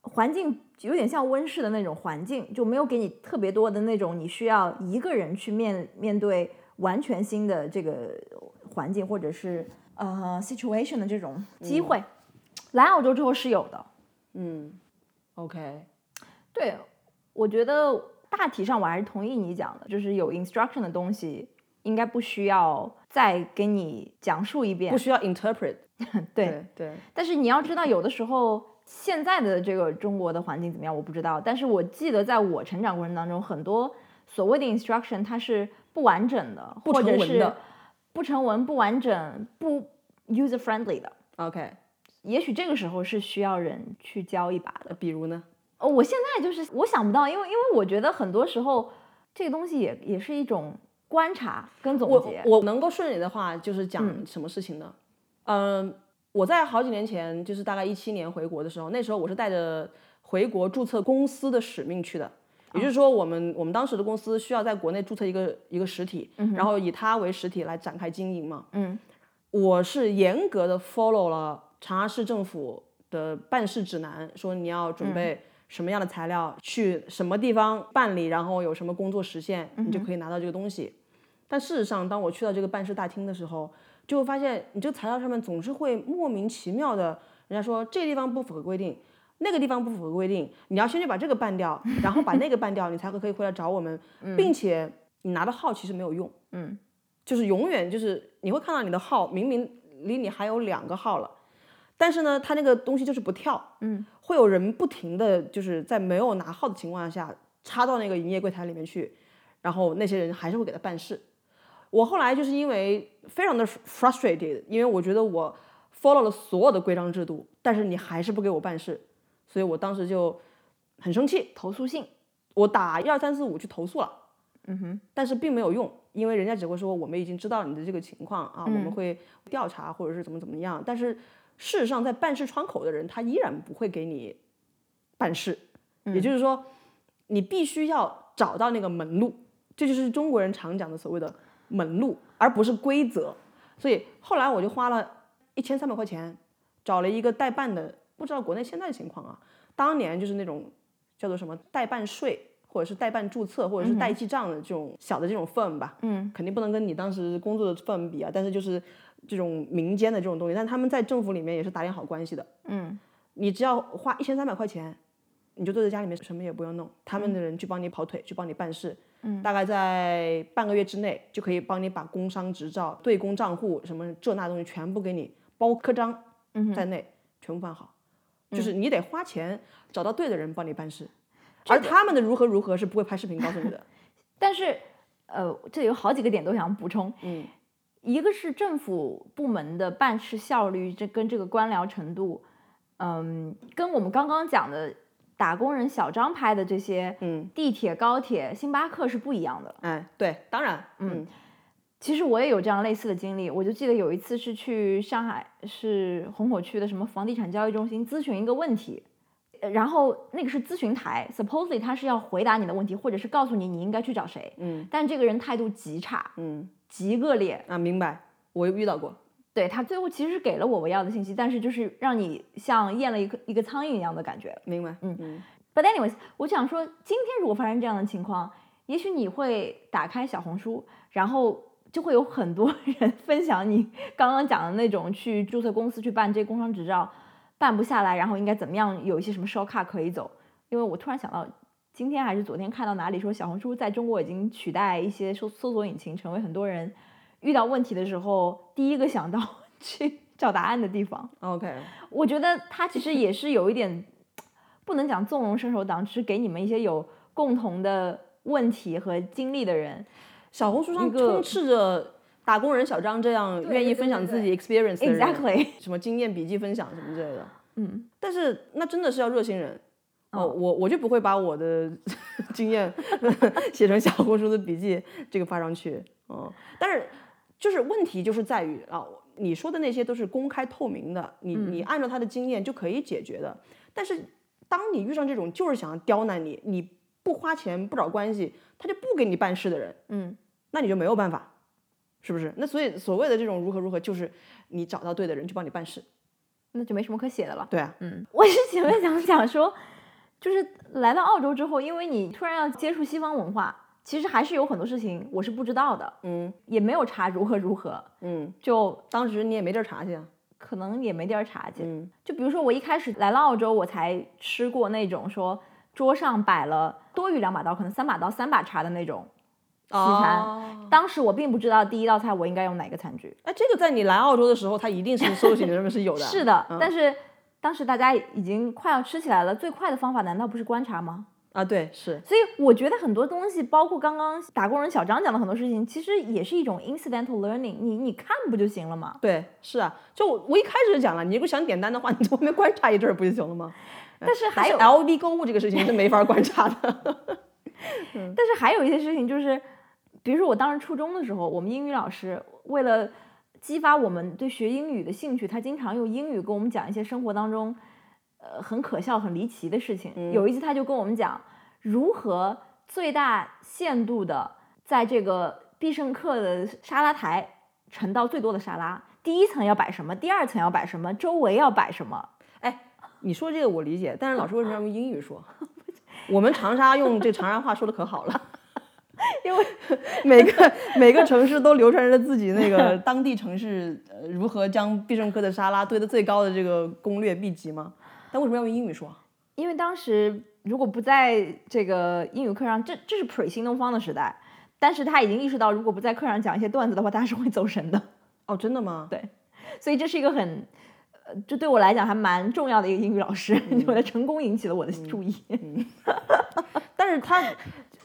环境有点像温室的那种环境，就没有给你特别多的那种你需要一个人去面面对完全新的这个环境或者是呃 situation 的这种机会。来澳洲之后是有的，
嗯，OK，
对，我觉得大体上我还是同意你讲的，就是有 instruction 的东西，应该不需要再给你讲述一遍
不。需要 interpret，
对，
对对，
但是你要知道，有的时候现在的这个中国的环境怎么样，我不知道。但是我记得在我成长过程当中，很多所谓的 instruction 它是不完整的，
不
或
成
者
文
是
的
不成文、不完整、不 user friendly 的。
，OK，
也许这个时候是需要人去教一把的。
呃比如呢？
哦，我现在就是我想不到，因为因为我觉得很多时候这个东西也也是一种观察跟总
我
结。
我能够顺你的话，就是
嗯
讲什么事情呢？嗯、我在好几年前，就是大概一七年回国的时候，那时候我是带着回国注册公司的使命去的。也就是说，我们我们当时的公司需要在国内注册一个一个实体，然后以它为实体来展开经营嘛。
嗯
我是严格的 follow 了长沙市政府的办事指南，说你要准备什么样的材料，去什么地方办理，然后有什么工作实现，你就可以拿到这个东西。但事实上，当我去到这个办事大厅的时候，就会发现你这个材料上面总是会莫名其妙的，人家说这个地方不符合规定，那个地方不符合规定，你要先去把这个办掉，然后把那个办掉，你才会可以回来找我们，并且你拿到号其实没有用，
嗯，
就是永远就是你会看到你的号明明离你还有两个号了，但是呢，它那个东西就是不跳，
嗯，
会有人不停的就是在没有拿号的情况下插到那个营业柜台里面去，然后那些人还是会给他办事。我后来就是因为非常的 frustrated，因为我觉得我 follow 了所有的规章制度，但是你还是不给我办事，所以我当时就很生气，
投诉信。
我打一二三四五去投诉了。
嗯哼，
但是并没有用，因为人家只会说我们已经知道你的这个情况啊，
嗯
我们会调查或者是怎么怎么样。但是事实上，在办事窗口的人他依然不会给你办事，
嗯
也就是说，你必须要找到那个门路，这就是中国人常讲的所谓的门路，而不是规则。所以后来我就花了一千三百块钱找了一个代办的，不知道国内现在的情况啊，当年就是那种叫做什么代办税，或者是代办注册，或者是代记账的这种小的这种 firm 吧，
嗯，
肯定不能跟你当时工作的 firm 比啊，但是就是这种民间的这种东西，但他们在政府里面也是打点好关系的，
嗯，
你只要花一千三百块钱，你就坐在家里面什么也不用弄，他们的人去帮你跑腿，去帮你办事。嗯，大概在半个月之内就可以帮你把工商执照、对公账户什么这那东西全部给你，包括刻章在内、全部办好。就是你得花钱找到对的人帮你办事，而他们的如何如何是不会拍视频告诉你的。
但是呃，这里有好几个点都想补充。嗯，一个是政府部门的办事效率，这跟这个官僚程度，嗯，跟我们刚刚讲的打工人小张拍的这些，
嗯，
地铁、高铁、星巴克是不一样的。
哎，对，当然，嗯
其实我也有这样类似的经历，我就记得有一次是去上海是虹口区的什么房地产交易中心咨询一个问题，呃然后那个是咨询台，supposedly 他是要回答你的问题，或者是告诉你你应该去找谁，
嗯
但这个人态度极差，
嗯，
极恶劣，
啊，明白，我遇到过，
对他最后其实给了我我要的信息，但是就是让你像咽了一个一个苍蝇一样的感觉。
明白，嗯嗯
But anyways，我想说，今天如果发生这样的情况，也许你会打开小红书，然后就会有很多 人分享你刚刚讲的那种去注册公司去办这工商执照办不下来，然后应该怎么样，有一些什么 shortcut 可以走。因为我突然想到，今天还是昨天看到哪里说小红书在中国已经取代一些搜搜索引擎，成为很多人遇到问题的时候第一个想到 去找答案的地方。
OK，
我觉得他其实也是有一点，不能讲纵容伸手党，只是给你们一些有共同的问题和经历的人。
小红书上
一个
充斥着打工人小张这样
对
愿意
对
分享
对
自己 experience 的人
Exactly，
什么经验笔记分享什么之类的。
嗯，
但是那真的是要热心人。哦，我我就不会把我的 经验 写成小红书的笔记，这个发上去。嗯，但是就是问题就是在于啊，你说的那些都是公开透明的，你你按照他的经验就可以解决的。但是当你遇上这种就是想要刁难你，你不花钱不找关系，他就不给你办事的人，
嗯，
那你就没有办法，是不是？那所以所谓的这种如何如何，就是你找到对的人去帮你办事。
那就没什么可写的了。
对啊，
嗯， 我是前面想讲说，就是来到澳洲之后，因为你突然要接触西方文化，其实还是有很多事情我是不知道的，
嗯
也没有查如何如何，
嗯，
就
当时你也没地儿查去啊。
可能也没地儿查去。
嗯
就比如说我一开始来了澳洲，我才吃过那种说桌上摆了多余两把刀，可能三把刀、三把茶的那种。西餐
哦
当时我并不知道第一道菜我应该用哪个餐具。
哎，这个在你来澳洲的时候，它一定是搜寻上面 是有的。
是的，
嗯
但是当时大家已经快要吃起来了，最快的方法难道不是观察吗？
啊，对，是
所以我觉得很多东西，包括刚刚打工人小张讲的很多事情，其实也是一种 incidental learning 你。你看不就行了吗？
对，是啊。就我我一开始就讲了，你如果想点单的话， 你在外面观察一阵儿不就行了吗？呃
但是还有，
L V 购物这个事情是没法观察的。
但是还有一些事情就是，比如说我当时初中的时候，我们英语老师为了激发我们对学英语的兴趣，他经常用英语跟我们讲一些生活当中，呃，很可笑、很离奇的事情。有一次他就跟我们讲如何最大限度的在这个必胜客的沙拉台盛到最多的沙拉，第一层要摆什么，第二层要摆什么，周围要摆什么。
你说这个我理解，但是老师为什么要用英语 说？我们长沙用这长沙话说的可好了，
因为
每个每个城市都流传着自己那 个当地城市呃如何将必胜客的沙拉堆得最高的这个攻略秘籍吗？但为什么要用英语说？啊
因为当时如果不在这个英语课上，这这是 pre 新东方的时代，但是他已经意识到，如果不在课上讲一些段子的话，大家是会走神的，
哦，真的吗？
所以这是一个很，呃，这对我来讲还蛮重要的一个英语老师， 我的成功引起了我的注意。
但是他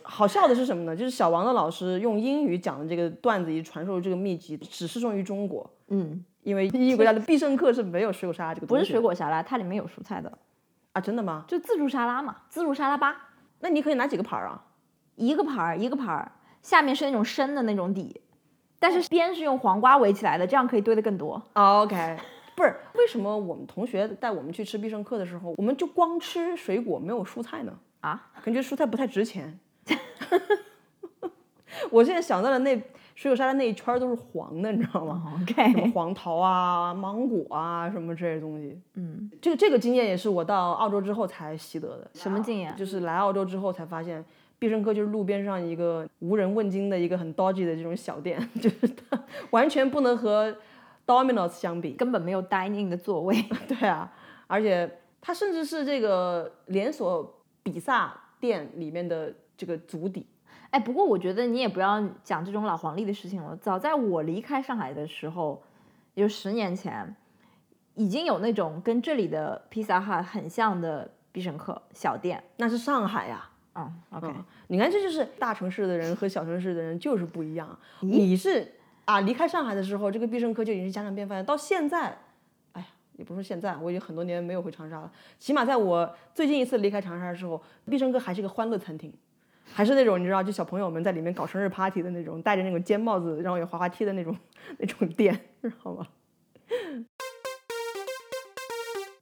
好笑的是什么呢？就是小王的老师用英语讲的这个段子以及传授这个秘籍，只适用于中国，
嗯，
因为英语国家的必胜客是没有水果沙拉这个
不
东
是
西的。
水果沙拉，它里面有蔬菜的，
啊？真的吗？
就自助沙拉嘛，自助沙拉吧，
那你可以拿几个盘儿啊？
一个盘儿一个盘儿，下面是那种深的那种底，但是边是用黄瓜围起来的，这样可以堆得更多。
哦 OK，不是为什么我们同学带我们去吃必胜客的时候，我们就光吃水果没有蔬菜呢？
啊，
感觉蔬菜不太值钱。 我现在想到了那水果沙拉那一圈儿都是黄的，你知道吗？什么
哦 OK，
黄桃啊、芒果啊什么之类的东西。
嗯，
这个这个经验也是我到澳洲之后才习得的。啊
什么经验？
就是来澳洲之后才发现，必胜客就是路边上一个无人问津的一个很 dodgy 的这种小店， 就是它完全不能和 Domino's 相 比。
根本没有 dining 的座位。
对啊，而且它甚至是这个连锁比萨店里面的这个足底。
哎，不过我觉得你也不要讲这种老黄历的事情了。早在我离开上海的时候，也就十年前，已经有那种跟这里的披萨哈很像的必胜客小店。
那是上海啊呀、
嗯，OK，
嗯，你看，这就是大城市的人和小城市的人就是不一样。你是啊，离开上海的时候，这个必胜客就已经是家常便饭了。到现在，哎呀，也不是现在，我已经很多年没有回长沙了。起码在我最近一次离开长沙的时候，必胜客还是个欢乐餐厅，还是那种你知道，就小朋友们在里面搞生日 party 的那种，戴着那种尖帽子，然后有滑滑梯的那种 那种店，知道吗？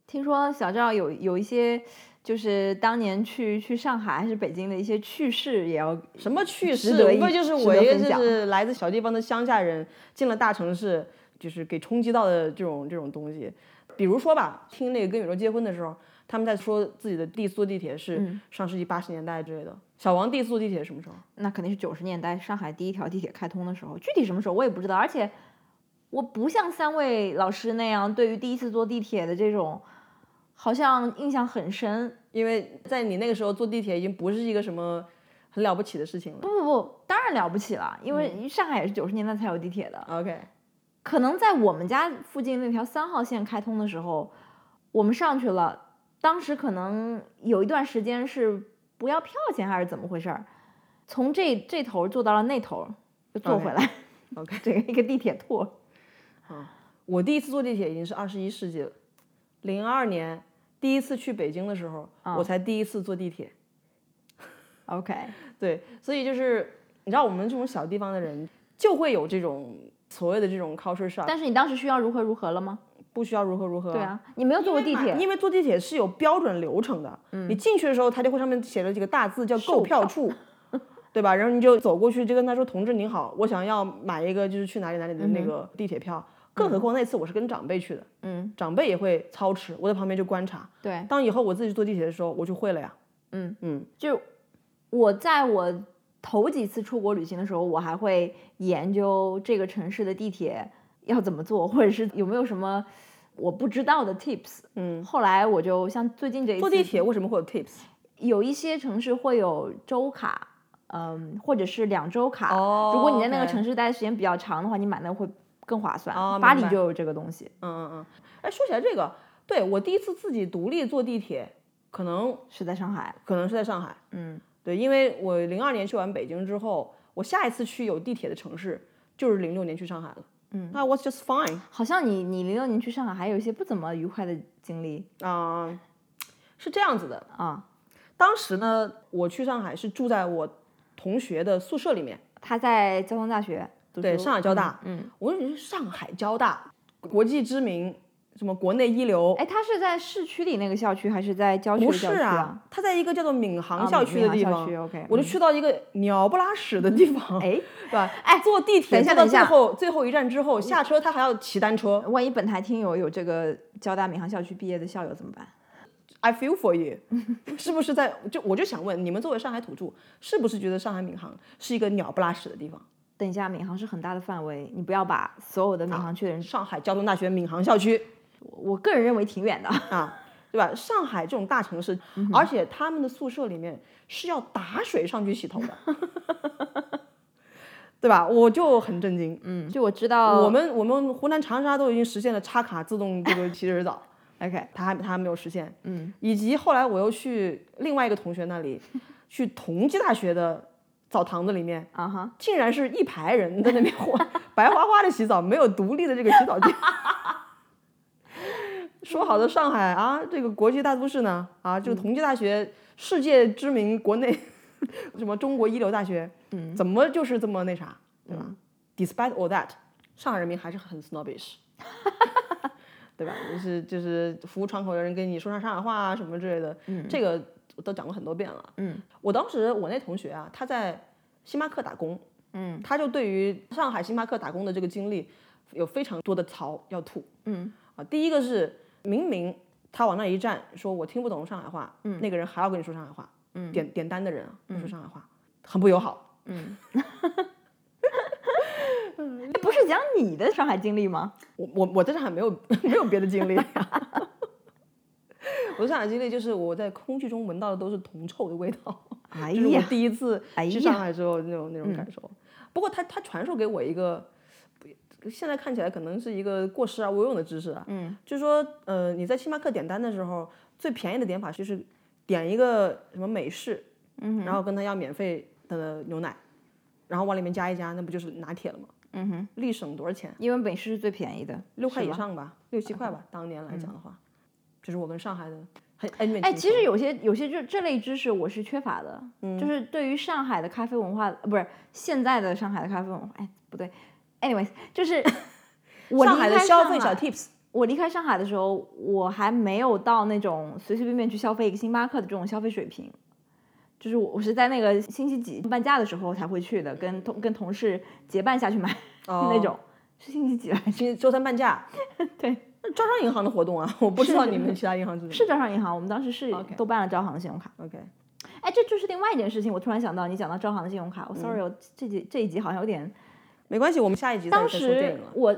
听说小赵有有一些，就是当年去去上海还是北京的一些趣事，也要
什么趣
值
事？
得
无
一
非就是
值
我
得
一个
分
就
享
是来自小地方的乡下人，进了大城市，就是给冲击到的这种这种东西。比如说吧，听那个跟宇宙结婚的时候，他们在说自己的第一次坐地铁
嗯
是上世纪八十年代之类的。小王第一次坐地铁是什么时候？
那肯定是九十年代上海第一条地铁开通的时候，具体什么时候我也不知道。而且我不像三位老师那样，对于第一次坐地铁的这种，好像印象很深。
因为在你那个时候坐地铁已经不是一个什么很了不起的事情了。
不不不，当然了不起了，因
嗯
为上海也是九十年代才有地铁的。
OK，
可能在我们家附近那条三号线开通的时候，我们上去了。当时可能有一段时间是不要票钱还是怎么回事儿，从这这头坐到了那头，又坐回来。
OK
整个一个地铁兔。
我第一次坐地铁已经是二十一世纪了，零二年第一次去北京的时候，
啊
我才第一次坐地铁。
OK，
对，所以就是你知道我们这种小地方的人就会有这种所谓的这种 culture shock，
但是你当时需要如何如何了吗？
不需要如何如何。
对啊，你没有坐过地铁，嗯
因为坐地铁是有标准流程的，你进去的时候，它就会上面写了几个大字叫“购票处”，对吧？然后你就走过去，就跟他说：“同志您好，我想要买一个就是去哪里哪里的那个地铁票。”更何况那次我是跟长辈去的，
嗯，
长辈也会操持，我在旁边就观察。
对，
当以后我自己坐地铁的时候，我就会了呀。
嗯
嗯，
就我在我头几次出国旅行的时候，我还会研究这个城市的地铁要怎么坐，或者是有没有什么我不知道的 tips。
嗯，
后来我就像最近这一
坐
次，
地铁为什么会有 tips？
有一些城市会有周卡，嗯，或者是两周卡。
哦
如果你在那个
OK
城市待的时间比较长的话，你买那个会更划算。
哦
巴黎
明白
就有这个东西。
嗯嗯嗯。哎，说起来这个，对我第一次自己独立坐地铁，可能
是在上海，
可能是在上海。
嗯，
对，因为我零二年去完北京之后，我下一次去有地铁的城市就是零六年去上海了。嗯，那 was just fine
好像你你零六年去上海还有一些不怎么愉快的经历
啊、是这样子的。
啊。
当时呢，我去上海是住在我同学的宿舍里面，
他在交通大学读书，
对，上海交大。
嗯，
我说你是上海交大，国际知名，什么国内一流。
哎，他是在市区里那个校区，还是在郊区
不
的校
是
区
啊？，它在一个叫做闵行
啊
校区的
闵
地
行校
方，
区，OK，嗯
我就去到一个鸟不拉屎的地方，
哎，
对吧？哎，坐地铁
等一下
坐到
等一
最
下
后最后一站之后下车，他还要骑单 车。
万一本台听友有这个交大闵行校区毕业的校友怎么办？
I feel for you，是 不是在就我就想问你们作为上海土著，是不是觉得上海闵行是一个鸟不拉屎的地方？
等一下，闵行是很大的范围，你不要把所有的闵行区的人，
上海交通大学闵行校区
我个人认为挺远的。
啊，对吧？上海这种大城市，
嗯
而且他们的宿舍里面是要打水上去洗头的， 对吧？我就很震惊。
嗯， 就我知道，
我们我们湖南长沙都已经实现了插卡自动这个洗人澡，
OK，
他还他还没有实现。嗯，以及后来我又去另外一个同学那里，去同济大学的澡堂子里面。
啊哈，
竟然是一排人在那边花 白花花的洗澡，没有独立的这个洗澡间。 说好的上海啊，这个国际大都市呢？啊，这个同济大学世界知名，国内 什么中国一流大学，嗯，怎么就是这么那啥，对吧、d e s p i t e all that，上海人民还是很 snobbish，对吧？就是就是服务窗口的人跟你说上上海话啊什么之类的，嗯，这个我都讲过很多遍了。
嗯，
我当时我那同学啊，他在星巴克打工，
嗯
他就对于上海星巴克打工的这个经历有非常多的槽要吐
嗯，
啊。第一个是明明他往那一站，说我听不懂上海话，嗯，那个人还要跟你说上海话，嗯，点点单的人啊，说上海话，很不友好。
哎不是讲你的上海经历吗？
我我我在上海没有 没有别的经历、 我的上海经历就是我在空气中闻到的都是铜臭的味 道。
哎
就是我
呀，
第一次
哎
去
呀
上海之后那种那种感受。不过他他传授给我一个，不现在看起来可能是一个过时而无用的知识啊。嗯，就是说，呃，你在星巴克点单的时候，最便宜的点法就是点一个什么美式，嗯，然后跟他要免费的牛奶，然后往里面加一加，那不就是拿铁了吗？嗯哼，立省多少钱？
因为美式是最便宜的，
六块
是
以
吧
上吧，六七块吧，当年来讲的话，这是我跟上海的很恩怨
哎，
情
其实有些有些这这类知识我是缺乏的，
嗯
就是对于上海的咖啡文化，呃不是现在的上海的咖啡文化，哎，不对，anyways，就是 我
上
离
海的
开
消
上
费小
海
tips，
我离开上海的时候，我还没有到那种随随便便去消费一个星巴克的这种消费水平，就是我我是在那个星期几半价的时候才会去的，跟同跟同事结伴下去买、
哦
那种，是星期几来着？
星周三半价，
对，
那招商银行的活动啊，我不知道你们其他银行是怎么。
是招商银行，我们当时是都办了招行的信用卡。
OK，
哎，这就是另外一件事情，我突然想到，你讲到招行的信用卡，我 sorry，我这集这一集好像有点。
没关系，我们下一集再再
当
说这
时
个。
我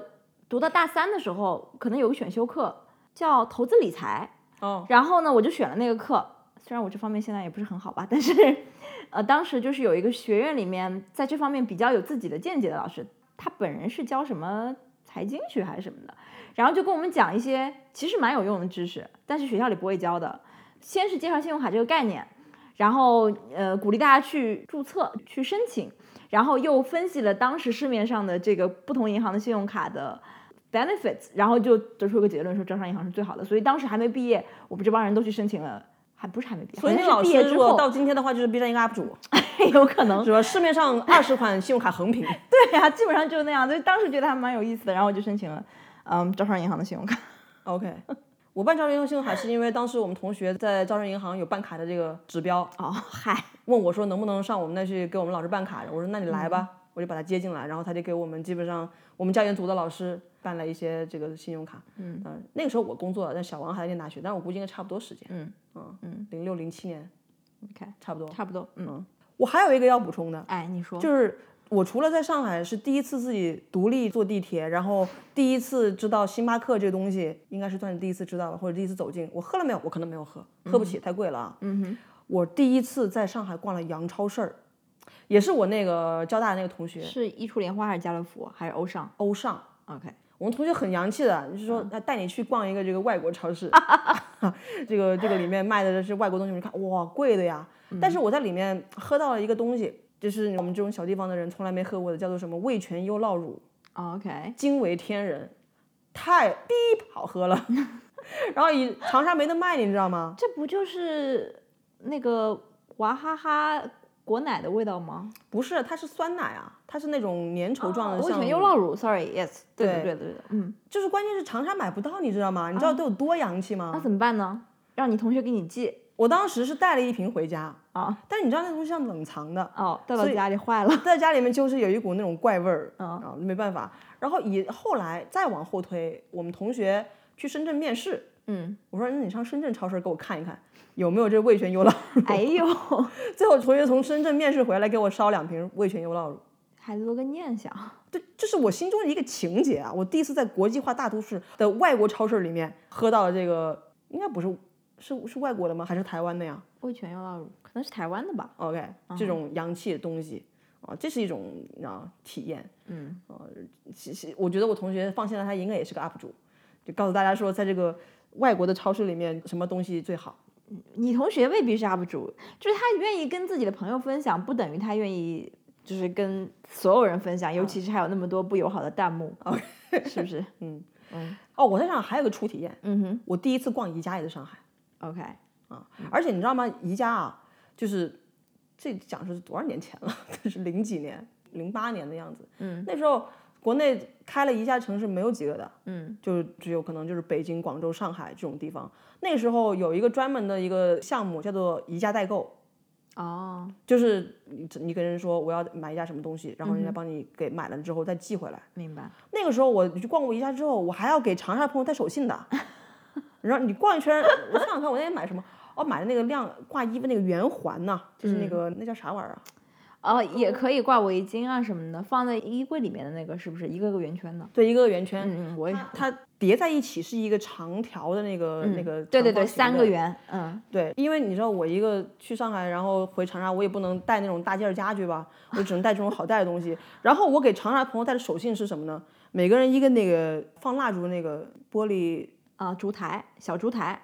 读到大三的时候，可能有个选修课叫投资理财，
哦，
然后呢，我就选了那个课。虽然我这方面现在也不是很好吧，但是，呃，当时就是有一个学院里面在这方面比较有自己的见解的老师，他本人是教什么财经学还是什么的，然后就跟我们讲一些其实蛮有用的知识，但是学校里不会教的。先是介绍信用卡这个概念，然后呃鼓励大家去注册、去申请，然后又分析了当时市面上的这个不同银行的信用卡的 benefits，然后就得出一个结论说招商银行是最好的。所以当时还没毕业，我们这帮人都去申请了，还不是还没毕业，
所以
好
那
像
老
是毕
师
业
如
之
果
后
到今天的话，就是 B 站一个 UP 主，
有可能
主要市面上二十款信用卡横屏。
对呀、基本上就是那样。所以当时觉得还蛮有意思的，然后我就申请了嗯招商银行的信用卡。
OK，我办招商银行信用卡是因为当时我们同学在招商银行有办卡的这个指标，
哦，嗨，
问我说能不能上我们那去给我们老师办卡，我说那你来吧，我就把他接进来，然后他就给我们基本上我们教研组的老师办了一些这个信用卡。嗯、呃，那个时候我工作了，但小王还在念大学，但我估计应该差不多时间。
嗯
嗯，零六零七年
OK
差不多。
差不多，嗯，
我还有一个要补充的，
哎，你说，
就是我除了在上海是第一次自己独立坐地铁，然后第一次知道星巴克这个东西，应该是算是第一次知道吧，或者第一次走进。我喝了没有？我可能没有喝，喝不起，太贵了啊。
嗯哼，
我第一次在上海逛了洋超市儿，也是我那个交大的那个同学
是一触莲花还是家乐福啊还是欧尚
欧尚，
？OK，
我们同学很洋气的，就是
嗯
说那带你去逛一个这个外国超市， 这个这个里面卖的是外国东西，你看哇贵的呀。
嗯
但是我在里面喝到了一个东西，就是我们这种小地方的人从来没喝过的，叫做什么味全优酪乳。
哦 OK，
惊为天人，太逼好喝 了。然后以长沙没得卖，你知道吗？
这不就是那个娃哈哈果奶的味道吗？
不是，它是酸奶啊，它是那种粘稠状的，
我以
像
哦前优酪乳，sorry，yes，对的
对
对的对的，嗯，
就是关键是长沙买不到，你知道吗？你知道都有多洋气
那
吗？
怎么办呢？让你同学给你寄
我当时是带了一瓶回家，
啊？
但是你知道那东西像冷藏的，
哦，带到
所以
家里坏了，
在家里面就是有一股那种怪味儿
嗯
啊，没办法。然后以后来再往后推，我们同学去深圳面试，
嗯，
我说那你上深圳超市给我看一看有没有这味全优酪乳。
哎 呦，
最后同学从深圳面试回来给我捎两瓶味全优酪乳。
孩子多个念想，
对，这是我心中的一个情节啊！我第一次在国际化大都市的外国超市里面喝到了这个，应该不是是是外国的吗？还是台湾的呀
味全优酪乳可能是台湾的吧？
？OK，这
嗯
种洋气的东西啊，这是一种啊体验。哦
嗯，
其实我觉得我同学放心了，他应该也是个 UP 主，就告诉大家说，在这个外国的超市里面，什么东西最好。
你同学未必是 UP 主，就是他愿意跟自己的朋友分享，不等于他愿意就是跟所有人分享，尤其是还有那么多不友好的弹幕，是不 是？
嗯
嗯
哦，我在上海还有个初体验，
嗯哼
我第一次逛宜家也在上海。
，OK，嗯
而且你知道吗？宜家啊，就是这讲是多少年前了？ 这是零几年、零八年的样子。
嗯，
那时候国内开了宜家城市没有几个的，
嗯
就只有可能就是北京、广州、上海这种地方。那时候有一个专门的一个项目叫做宜家代购，
哦，
就是你你跟人说我要买一家什么东西，然后
嗯
人家帮你给买了之后再寄回来。
明白。
那个时候我去逛过宜家之后，我还要给长沙朋友带手信的。然后你逛一圈儿，我想想看，我那天买什么？哦，买的那个晾挂衣服那个圆环呐、就是
嗯
那个、那叫啥玩意儿啊？
哦，也可以挂围巾啊什么的，放在衣柜里面的那个是不是一个个圆圈的？
对，一个个圆圈，
嗯嗯，我也
它叠在一起是一个长条的那个、那个。
嗯对对对，三个。圆，嗯，
对，因为你知道我一个去上海，然后回长沙，我也不能带那种大件儿家具吧，我只能带这种好带的东西。然后我给长沙朋友带的手信是什么呢？每个人一个那个放蜡烛的那个玻璃，
啊，烛台，小烛台，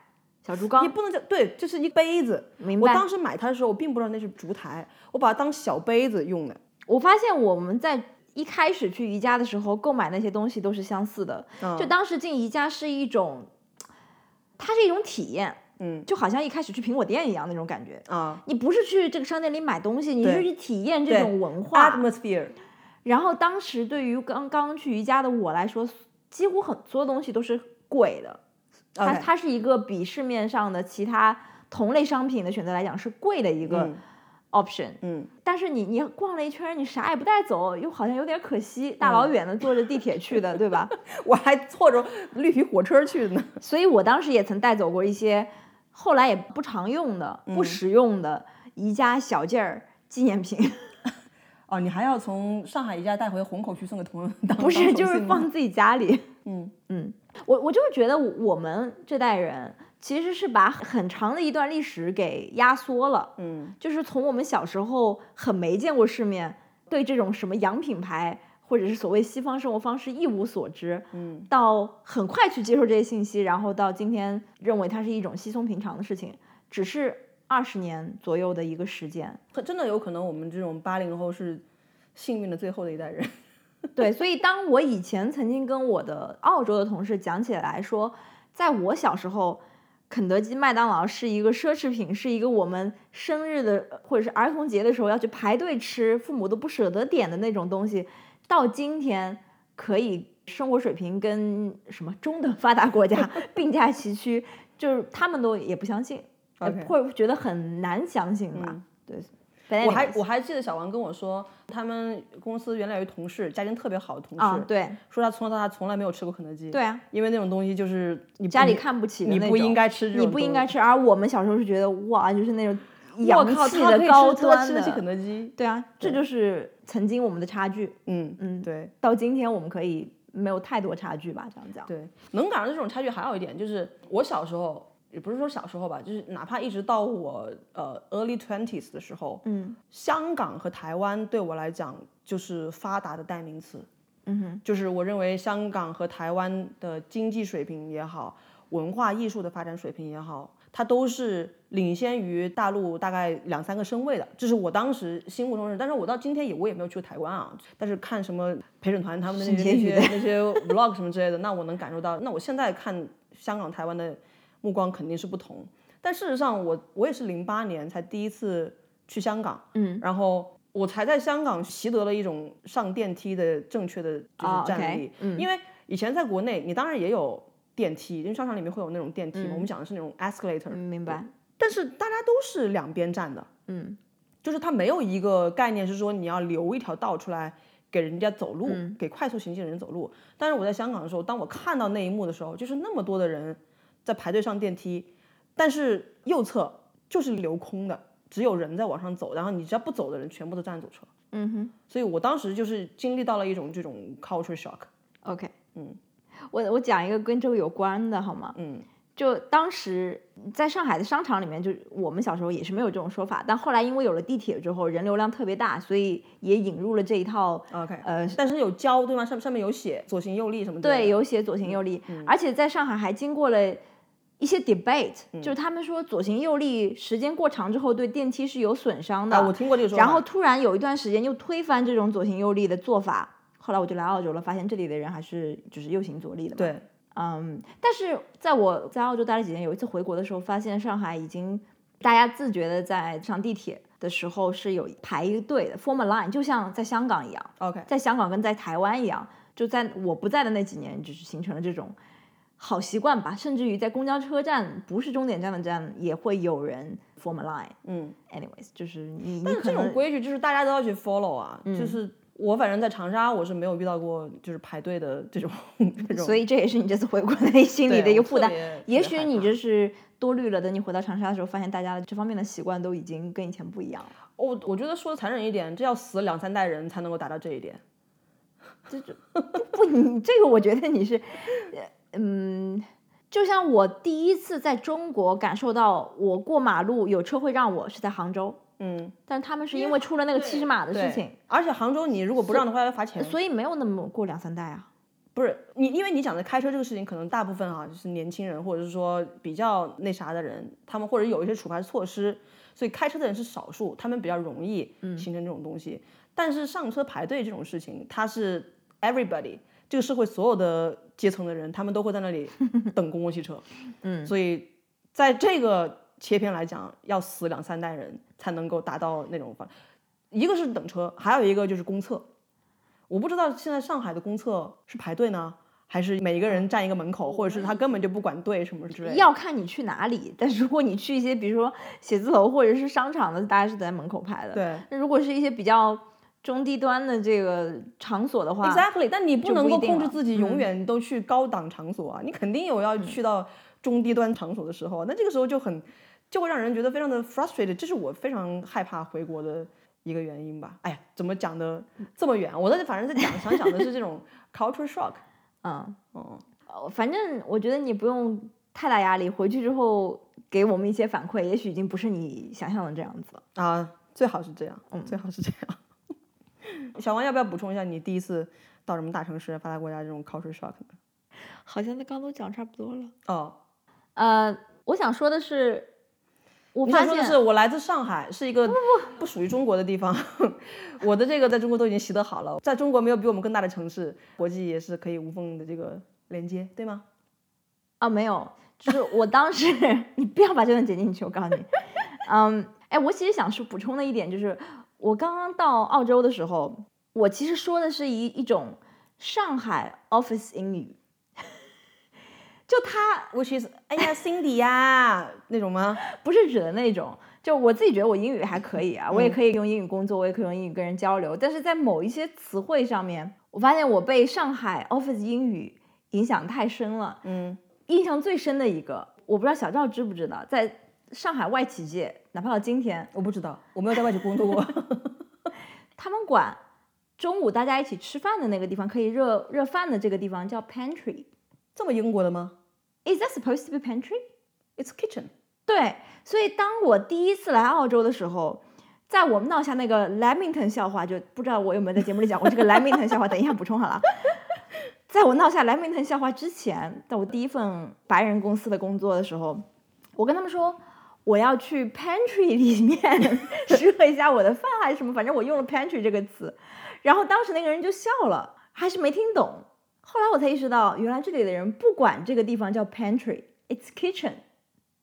小竹缸
也，不能叫对，就是一杯子。
明
我
白。
当时买它的时候，我并不知道那是烛台，我把它当小杯子用的。
我发现我们在一开始去宜家的时候购买那些东西都是相似的，
嗯
就当时进宜家是一种，它是一种体验，
嗯
就好像一开始去苹果店一样那种感觉。
啊
你不是去这个商店里买东西，你是去体验这种文
啊
化。
，atmosphere，
然后当时对于刚刚去宜家的我来说，几乎很所有东西都是贵的，它
OK
它是一个比市面上的其他同类商品的选择来讲是贵的一个、
嗯
option，
嗯，
但是你你逛了一圈，你啥也不带走，又好像有点可惜，大老远的坐着地铁去的，对吧？
我还坐着绿皮火车去呢。
所以我当时也曾带走过一些后来也不常用的、不实用的宜家小件儿纪念品，
哦，你还要从上海宜家带回虹口去送给同仁 当
不是
当
就是
信吗
放自己家里。
嗯
嗯，我我就是觉得我们这代人其实是把很长的一段历史给压缩了。
嗯
就是从我们小时候很没见过世面，对这种什么洋品牌或者是所谓西方生活方式一无所知，
嗯
到很快去接受这些信息，然后到今天认为它是一种稀松平常的事情，只是二十年左右的一个时间。
可真的有可能我们这种八零后是幸运的最后的一代人。
对，所以当我以前曾经跟我的澳洲的同事讲起来说，在我小时候，肯德基、麦当劳是一个奢侈品，是一个我们生日的呃或者是儿童节的时候要去排队吃，父母都不舍得点的那种东西，到今天可以生活水平跟什么中等发达国 家并驾齐驱，就是他们都也不相信，呃
OK
或者觉得很难相信吧？
嗯
对。
我还
But anyways，
我还记得小王跟我说，他们公司原来有一同事，家庭特别好的同事，
啊，对
说他从小到大从来没有吃过肯德基，
对啊，
因为那种东西就是你
家里
你
看不起的
你
那
不
种
应该吃这种
你
东西，
不应该吃。而我们小时候是觉得哇，就是那种
我
洋
靠，
气
他可
的
以
高
吃他
端
吃得起肯
的，
德基，
对啊，这就是曾经我们的差距。
嗯
嗯
对
到今天我们可以没有太多差距吧，这样讲。
对，能赶上这种差距还有一点就是我小时候。也不是说小时候吧，就是哪怕一直到我呃 early twenties 的时候，
嗯
香港和台湾对我来讲就是发达的代名词。
嗯哼
就是我认为香港和台湾的经济水平也好，文化艺术的发展水平也好，它都是领先于大陆大概两三个身位的。这是我当时心目中是，但是我到今天也我也没有去过台湾啊。但是看什么陪审团他们的那些
沈
那
婕妤
些那些 vlog 什么之类的，那我能感受到。那我现在看香港、台湾的目光肯定是不同。但事实上我，我也是零八年才第一次去香港，
嗯，
然后我才在香港习得了一种上电梯的正确的就
哦
是站立
OK，嗯
因为以前在国内，你当然也有电梯，因为商场里面会有那种电梯嘛，我们讲的是那种 escalator，、
嗯明白。
但是大家都是两边站的，
嗯
就是它没有一个概念是说你要留一条道出来给人家走路，给快速行进的人走路。但是我在香港的时候，当我看到那一幕的时候，就是那么多的人在排队上电梯，但是右侧就是留空的，只有人在往上走，然后你只要不走的人全部都站左侧。
嗯哼
所以我当时就是经历到了一种这种 culture shock。
，OK。
嗯，
我我讲一个跟这个有关的好吗？
嗯
就当时在上海的商场里面，就是我们小时候也是没有这种说法，但后来因为有了地铁之后，人流量特别大，所以也引入了这一套
，OK，
呃
但是有教对吗？上上面有写左行右立什么之类的。
对，有写左行右立，
嗯
而且在上海还经过了一些 debate，、就是
嗯
他们说左行右立时间过长之后对电梯是有损伤的，
啊，我听过这个说法。
然后突然有一段时间又推翻这种左行右立的做法。后来我就来澳洲了，发现这里的人还是就是右行左立的嘛。
对，
嗯，但是在我在澳洲待了几天，有一次回国的时候，发现上海已经大家自觉的在上地铁的时候是有排一个队的，form a line，就像在香港一样。
OK，
在香港跟在台湾一样，就在我不在的那几年，就是形成了这种好习惯吧。甚至于在公交车站，不是终点站的站，也会有人 form a line。
嗯。
Anyways，就是你你
但是
可
这种
能
规矩就是大家都要去 follow 啊，
嗯
就是我反正在长沙我是没有遇到过就是排队的这种 这种，
所以这也是你这次回国的心里的一个负担
对我特别。
也
特别
许
害
你
怕
就是多虑了，等你回到长沙的时候，发现大家的这方面的习惯都已经跟以前不一样了。
我我觉得说残忍一点，这要死两三代人才能够达到这一点。
不，你这个我觉得你是，呃嗯，就像我第一次在中国感受到我过马路有车会让我是在杭州。
嗯，
但他们是因为出了那个七十码的
对
事情，，
而且杭州你如果不让的话要罚钱，
所以没有那么过两三代啊。
不是你，因为你讲的开车这个事情，可能大部分啊，就是年轻人或者是说比较那啥的人，他们或者有一些处罚措施，所以开车的人是少数，他们比较容易形成这种东西。但是上车排队这种事情，它是 everybody 这个社会所有的阶层的人，他们都会在那里等公共汽车。嗯，所以在这个切片来讲，要死两三代人才能够达到那种方，一个是等车，还有一个就是公厕。我不知道现在上海的公厕是排队呢，还是每一个人站一个门口，或者是他根本就不管队什么之类的。
要看你去哪里，但是如果你去一些比如说写字楼或者是商场的，大家是在门口排的。
对
那如果是一些比较中低端的这个场所的话
Exactly，但你不
啊就
能
不一
够
定
控制
了嗯
自己永远都去高档场所啊，你肯定有要去到中低端场所的时候，啊那这个时候就很就会让人觉得非常的 frustrated，这是我非常害怕回国的一个原因吧。哎呀，怎么讲的
嗯
这么远？我在反正在讲想讲的是这种 culture shock。
嗯，
哦，
呃反正我觉得你不用太大压力，回去之后给我们一些反馈，也许已经不是你想象的这样子了。
啊，最好是这样，
嗯
最好是这样。 小王要不要补充一下你第一次到什么大城市、发达国家这种 culture shock 呢？
好像刚都讲差不多了。
哦，
呃，我想说的是，我
你
发
想说
现
的是，我来自上海，是一个不属于中国的地方。 我的这个在中国都已经习得好了，在中国没有比我们更大的城市，国际也是可以无缝的这个连接，对吗？
啊，没有，就是我当时，你不要把这段剪进去，我告诉你，嗯，哎，我其实想说补充的一点就是，我刚刚到澳洲的时候，我其实说的是一一种上海 office 英语， 就它
Which is，哎呀，Cindy 呀，那种吗？
不是指的那种。就我自己觉得我英语还可以啊，我也可以用英语工作，我也可以用英语跟人交流。但是在某一些词汇上面，我发现我被上海 office 英语影响太深了。
嗯
印象最深的一个，我不知道小赵知不知道，在上海外企界，哪怕到今天，
我不知道，我没有在外企工作过。
他们管中午大家一起吃饭的那个地方，可以热热饭的这个地方叫 pantry。
这么英国的吗
Is that supposed to be pantry？
？It's kitchen。
对，所以当我第一次来澳洲的时候，在我们闹下那个 Lamington 笑话，就不知道我有没有在节目里讲过这个 Lamington 笑话，等一下补充好了。在我闹下 Lamington 笑话之前，在我第一份白人公司的工作的时候，我跟他们说我要去 pantry 里面 热一下我的饭还是什么，反正我用了 pantry 这个词，然后当时那个人就笑了，还是没听懂。后来我才意识到，原来这里的人不管这个地方叫 pantry，it's kitchen。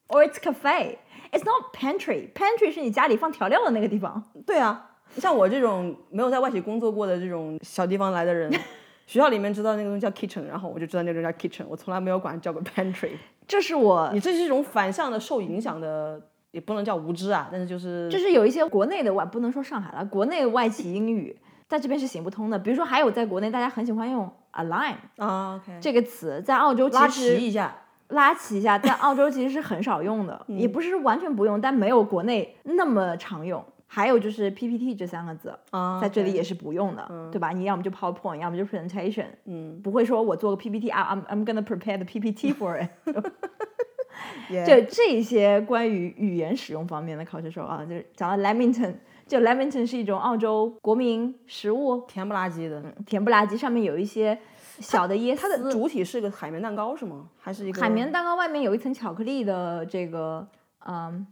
or it's cafe. It's not pantry. Pantry 是你家里放调料的那个地方。
对啊，像我这种没有在外企工作过的这种小地方来的人， 学校里面知道那个东西叫 kitchen，然后我就知道那个东西叫 kitchen，我从来没有管它叫过 pantry。
这是我，
你这是一种反向的受影响的，也不能叫无知啊，但是就是
这是有一些国内的外，不能说上海了，国内外企英语在这边是行不通的。比如说，还有在国内大家很喜欢用 align
啊，OK，
这个词，在澳洲
拉
其
齐
实
一下，
拉齐一下，在澳洲其实是很少用的，也不是完全不用，但没有国内那么常用。还有就是 PPT 这三个字，
啊，
在这里
OK
也是不用的，对吧？你要么就 PowerPoint，要么就 presentation，
嗯，
不会说我做个 PPT，I'm 啊 I'm I'm gonna prepare the PPT for it。
Yeah
就这一些关于语言使用方面的 culture shock 啊，就是讲到 Lamington，就 Lamington 是一种澳洲国民食物，
甜不拉几的。
甜不拉几，上面有一些小的椰丝。
它的主体是个海绵蛋糕是吗？还是一个
海绵蛋糕外面有一层巧克力的这个嗯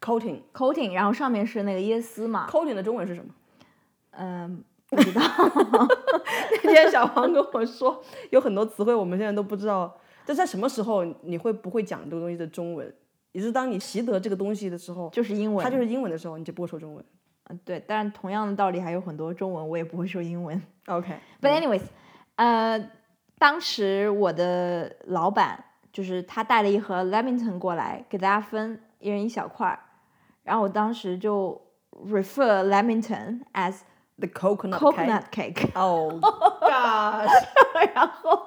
coating？coating
coating，然后上面是那个椰丝嘛，
的中文是什么？
嗯，不知道。
那天小黄跟我说，有很多词汇我们现在都不知道，就在什么时候你会不会讲这个东西的中文？也就是当你习得这个东西的时候，
就是英文，
它就是英文的时候，你就不会说中文。
嗯对，但同样的道理还有很多中文我也不会说英文。
OK，
But anyways，呃，当时我的老板就是他带了一盒 Lemington 过来，给大家分一人一小块儿，然后我当时就 refer Lemington as
the coconut
coconut cake，
Oh gosh！
然后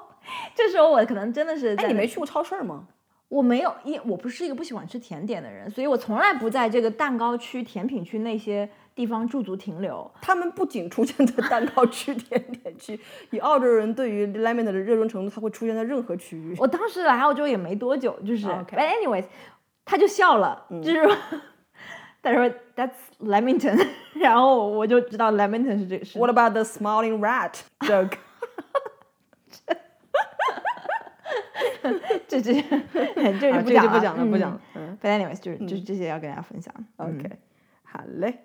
这时候我可能真的是在
哎，你没去过超市吗？
我没有，因我不是一个不喜欢吃甜点的人，所以我从来不在这个蛋糕区、甜品区那些地方驻足停留。
他们不仅出现 在蛋糕区、甜点区，以澳洲人对于 lemon 的热衷程度，它会出现在任何区 域。
我当时来澳洲也没多久，就是、
哦 OK 嗯
but anyways，他就笑了，就是说 他说 That's Lemington，然 后我就知道 Lemington 是这个是
What about the smiling rat joke？
这 这这
啊
就
这
不
个就不
讲了，
讲了，不讲了。
嗯
嗯
But anyways，就是、就是这些要跟大家分享。嗯
，OK，好嘞。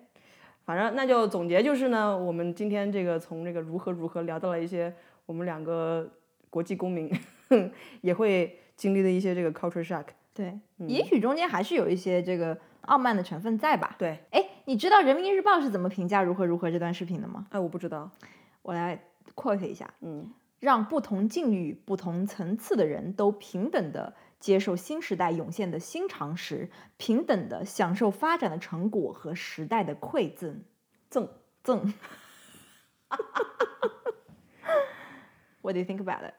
反正那就总结就是呢，我们今天这个从这个如何如何聊到了一些我们两个国际公民 也会经历的一些这个 culture shock。
对，
嗯
也许中间还是有一些这个傲慢的成分在吧。
对，
哎，你知道人民日报是怎么评价如何如何这段视频的吗？
哎，我不知道，
我来 quote 一下，
嗯
让不同境遇、不同层次的人都平等的接受新时代涌现的新常识，平等的享受发展的成果和时代的馈赠。
赠
赠。What do you think about it？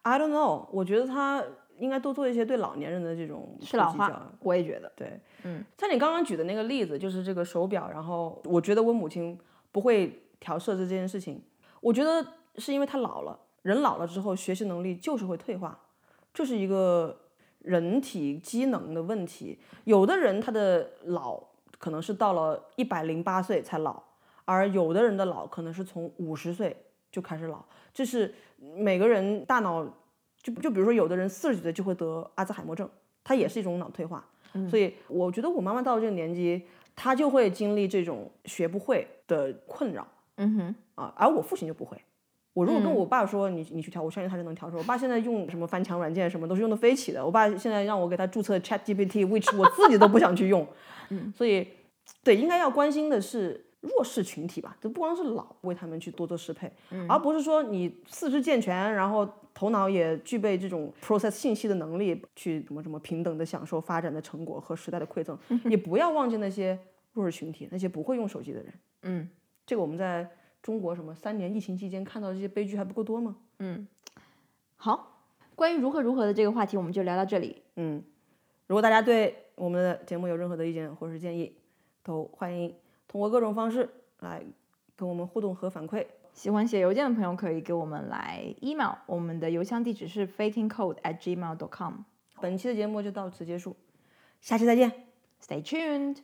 I don't know，我觉得他应该多做一些对老年人的这种
是老
普及教育
话，我也觉得。
对，
嗯，
像你刚刚举的那个例子，就是这个手表，然后我觉得我母亲不会调设置这件事情，我觉得是因为她老了，人老了之后学习能力就是会退化，这是一个人体机能的问题。有的人他的老可能是到了一百零八岁才老，而有的人的老可能是从五十岁就开始老，这是每个人大脑就就比如说有的人四十几岁就会得阿兹海默症，它也是一种脑退化。所以我觉得我妈妈到了这个年纪，她就会经历这种学不会的困扰
嗯哼，
啊，而我父亲就不会。我如果跟我爸说你你去调，我相信他是能调出来。我爸现在用什么翻墙软件什么都是用的飞起的。我爸现在让我给他注册 Chat GPT，which 我自己都不想去用。嗯，所以对应该要关心的是弱势群体吧，就不光是老，为他们去多做适配，而不是说你四肢健全，然后头脑也具备这种 process 信息的能力，去怎么怎么平等的享受发展的成果和时代的馈赠。也不要忘记那些弱势群体，那些不会用手机的人。
嗯
这个我们在中国什么三年疫情期间看到的这些悲剧还不够多吗？
嗯，好，关于如何如何的这个话题，我们就聊到这里。
嗯，如果大家对我们的节目有任何的意见或是建议，都欢迎通过各种方式来跟我们互动和反馈。
喜欢写邮件的朋友可以给我们来 email，我们的邮箱地址是 fakingcode at gmail dot com。
本期的节目就到此结束，下期再见。
Stay tuned。